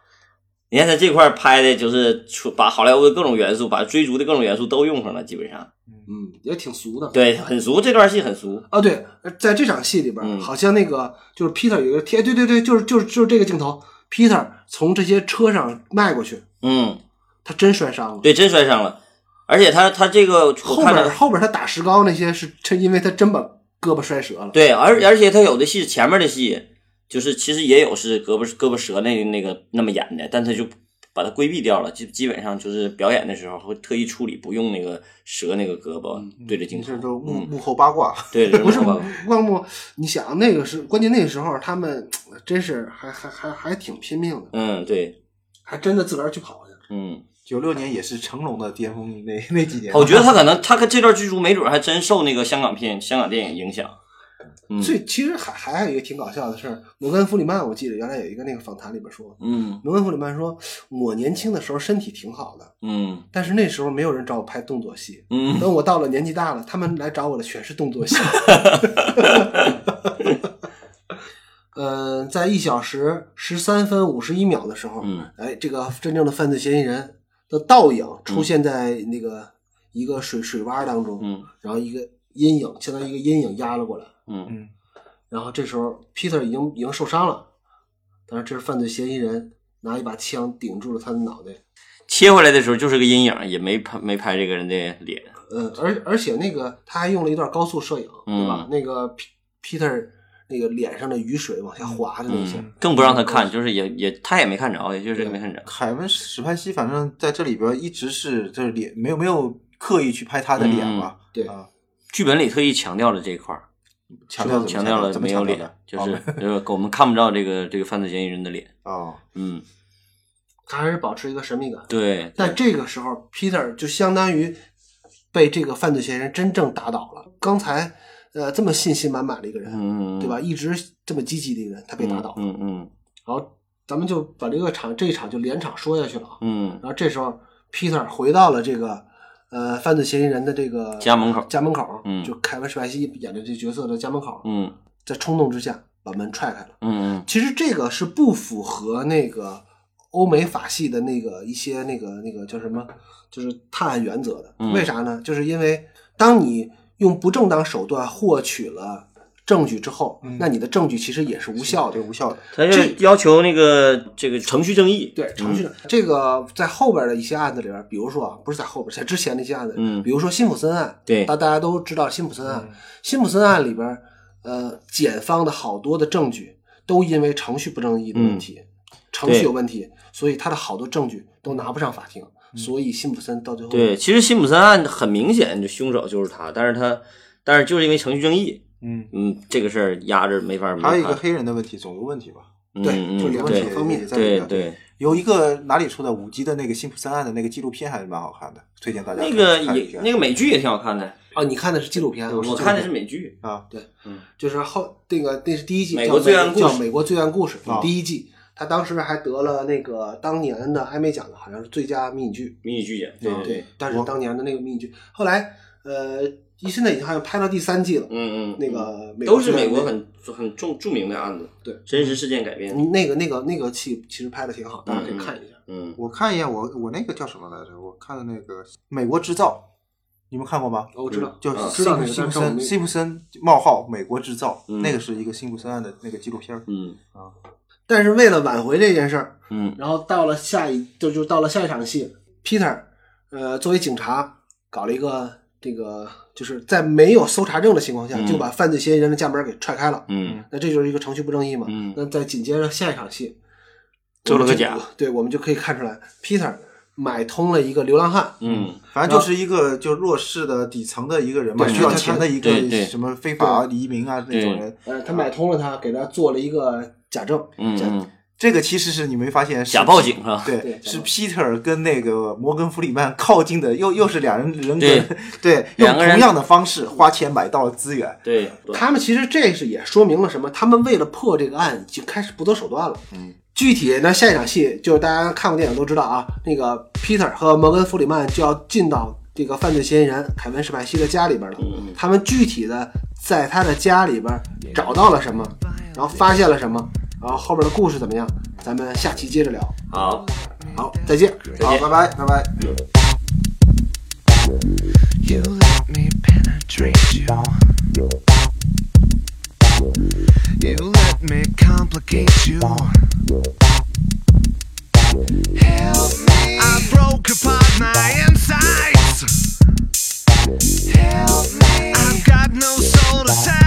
你看他这块儿拍的就是出把好莱坞的各种元素，把追逐的各种元素都用上了，基本上
嗯，也挺俗的。
对，很俗。这段戏很俗，
啊，对，呃在这场戏里边儿，
嗯
好像那个就是 Peter 有一个贴，哎对对对，就是就是就是这个镜头，Peter 从这些车上迈过去，
嗯，
他真摔伤了。
对，真摔伤了。而且他他这个
后
我看
边
着
儿后边儿他打石膏那些是，是因为他真把胳膊摔折了。
对，而而且他有的戏前面的戏，就是其实也有是胳膊胳膊折那那个那么演的，但他就把它规避掉了，基基本上就是表演的时候会特意处理，不用那个折那个胳膊
嗯
对着镜头
这，都幕
嗯，
幕后八卦，
对，这
不是 <laughs>
种方法
光幕，你想那个是关键，那个时候他们真是还还还还挺拼命的，
嗯，对，
还真的自个儿去跑去。
嗯，哦
九六年也是成龙的巅峰那 <laughs> 那几年。
我觉得他可能他跟这段追逐没准还真受那个香港片、香港电影影响，嗯
所以其实还还有一个挺搞笑的事儿，摩根弗里曼，我记得原来有一个那个访谈里边说，
嗯
摩根弗里曼说，我年轻的时候身体挺好的，
嗯
但是那时候没有人找我拍动作
<laughs>
戏。
嗯，
等我到了年纪大了，他们来找我的全是动作戏。 <laughs> 嗯，在一小时十三分五十一秒的时候，
嗯
哎，这个真正的犯罪嫌疑人的倒影出现在那个一个水水洼当中，
嗯
然后一个阴影，相当于一个阴影压了过来。
嗯
嗯，
然后这时候 Peter 已经已经受伤了，但是这是犯罪嫌疑人拿一把枪顶住了他的脑袋。
切回来的时候就是个阴影，也没拍没拍这个人的脸，
嗯，而而且那个他还用了一段高速摄影，对吧？
嗯
那个 P- Peter 那个脸上的雨水往下滑的那些，
嗯，更不让他看，就是也也他也没看着，也就是没看着。
凯文史派西反正在这里边一直是就是脸没有没有刻意去拍他的脸嘛，
嗯
对
啊，
剧本里特意强调了这一块儿，
强调
强调了
怎么
没有
强调
脸
的，
就是就是我们看不着这个这个犯罪嫌疑人的脸。 <laughs>
哦，
嗯，
他还是保持一个神秘感。
对，
但这个时候，Peter 就相当于被这个犯罪嫌疑人真正打倒了。刚才呃这么信心满满的一个人，
嗯，
对吧？一直这么积极的一个人，他被
嗯？
打倒了。
嗯嗯
然后咱们就把这个场这一场就连场说下去了啊。
嗯，
然后这时候，Peter 回到了这个呃犯罪嫌疑人的这个
家门口
家门口，
嗯
就凯文·史派西演的这角色的家门口，
嗯
在冲动之下把门踹开了。
嗯嗯
其实这个是不符合那个欧美法系的那个一些那个那个叫什么，就是探案原则的。
嗯
为啥呢？就是因为当你用不正当手段获取了证据之后，
嗯
那你的证据其实也是无效的
对。无效的，
他要要求那个这个程序正义。
对，程
嗯
序的、这个在后边的一些案子里边，比如说啊，不是在后边，在之前的一些案子，
嗯
比如说辛普森案，
对
大大家都知道辛普森
嗯
嗯
案，辛普森案里边，呃，检方的好多的证据都因为程序不正义的
嗯
问题，程序有问题，所以他的好多证据都拿不上法庭，所以辛普森到最后
嗯对，其实辛普森案很明显，就凶手就是他，但是他但是就是因为程序正义，
嗯，
嗯，这个事儿压着没法没
还有一个
判
黑人的问题，种族问题吧，
嗯
对
啊嗯
就
对
两个
问题
方面
也在里
对
边。
对，
有一个哪里出的五 G 的那个辛普森案的那个纪录片还是蛮好看的，推荐大家
那个
看一
也
下
那个美剧也挺好看的，
啊，你看的是纪录片啊，
我看的是美剧。
啊，
就是后那个那是第一季，
美
叫
国罪案故事
叫《美国罪案故事》
啊
第一季，他当时还得了那个当年的艾美奖的，好像是最佳迷你剧。
迷你剧也
对
嗯
对，但是当年的那个秘剧，后来呃，现在已经好像拍到第三季了。
嗯嗯，
那个美国
都是美国
那
很很重著名的案子，
对
真实事件改编。
那个那个那个戏其实拍的挺好，大家可以看一下。
嗯，
我看一眼，我我那个叫什么来着？我看的那个《美国制造》，你们看过吗？
哦我知道，
就
啊
是
知道那
辛
个
辛普
但是我
森，
没
辛普森冒号美国制造，
嗯
那个是一个辛普森案的那个纪录片儿。
嗯
但是为了挽回这件事儿，
嗯
然后到了下一就就到了下一场戏，Peter，呃，作为警察搞了一个这个就是在没有搜查证的情况下，
嗯
就把犯罪嫌疑人的家门给踹开了。
嗯
那这就是一个程序不正义嘛。
嗯
那再紧接着下一场戏，
做了个
我们就
假，
对，我们就可以看出来，Peter 买通了一个流浪汉，
嗯
反正就是一个就弱势的底层的一个人嘛，
对
需要钱的一
对对
个什么非法移民啊那种人。
呃，他买通了他，给他做了一个假证，
嗯嗯，
这个其实是你没发现是
假报警是吧？
对
对，假
是
报
Peter 跟那个摩根弗里曼靠近的，又又是两人人格对，用
两个人
同样的方式花钱买到了资源。
对，
他们其实这是也说明了什么？他们为了破这个案，已经开始不择手段了。嗯，具体呢，下一场戏就是大家看过电影都知道啊，那个 Peter 和摩根弗里曼就要进到这个犯罪嫌疑人凯文史派西的家里边了。他们具体的在他的家里边找到了什么，然后发现了什么，然后后边的故事怎么样？咱们下期接着聊。
好。
好，再见。
好，拜拜，拜拜。
You let me penetrate you. You let me complicate you. Help me. I broke apart my insides. Help me. I've got no soul to save.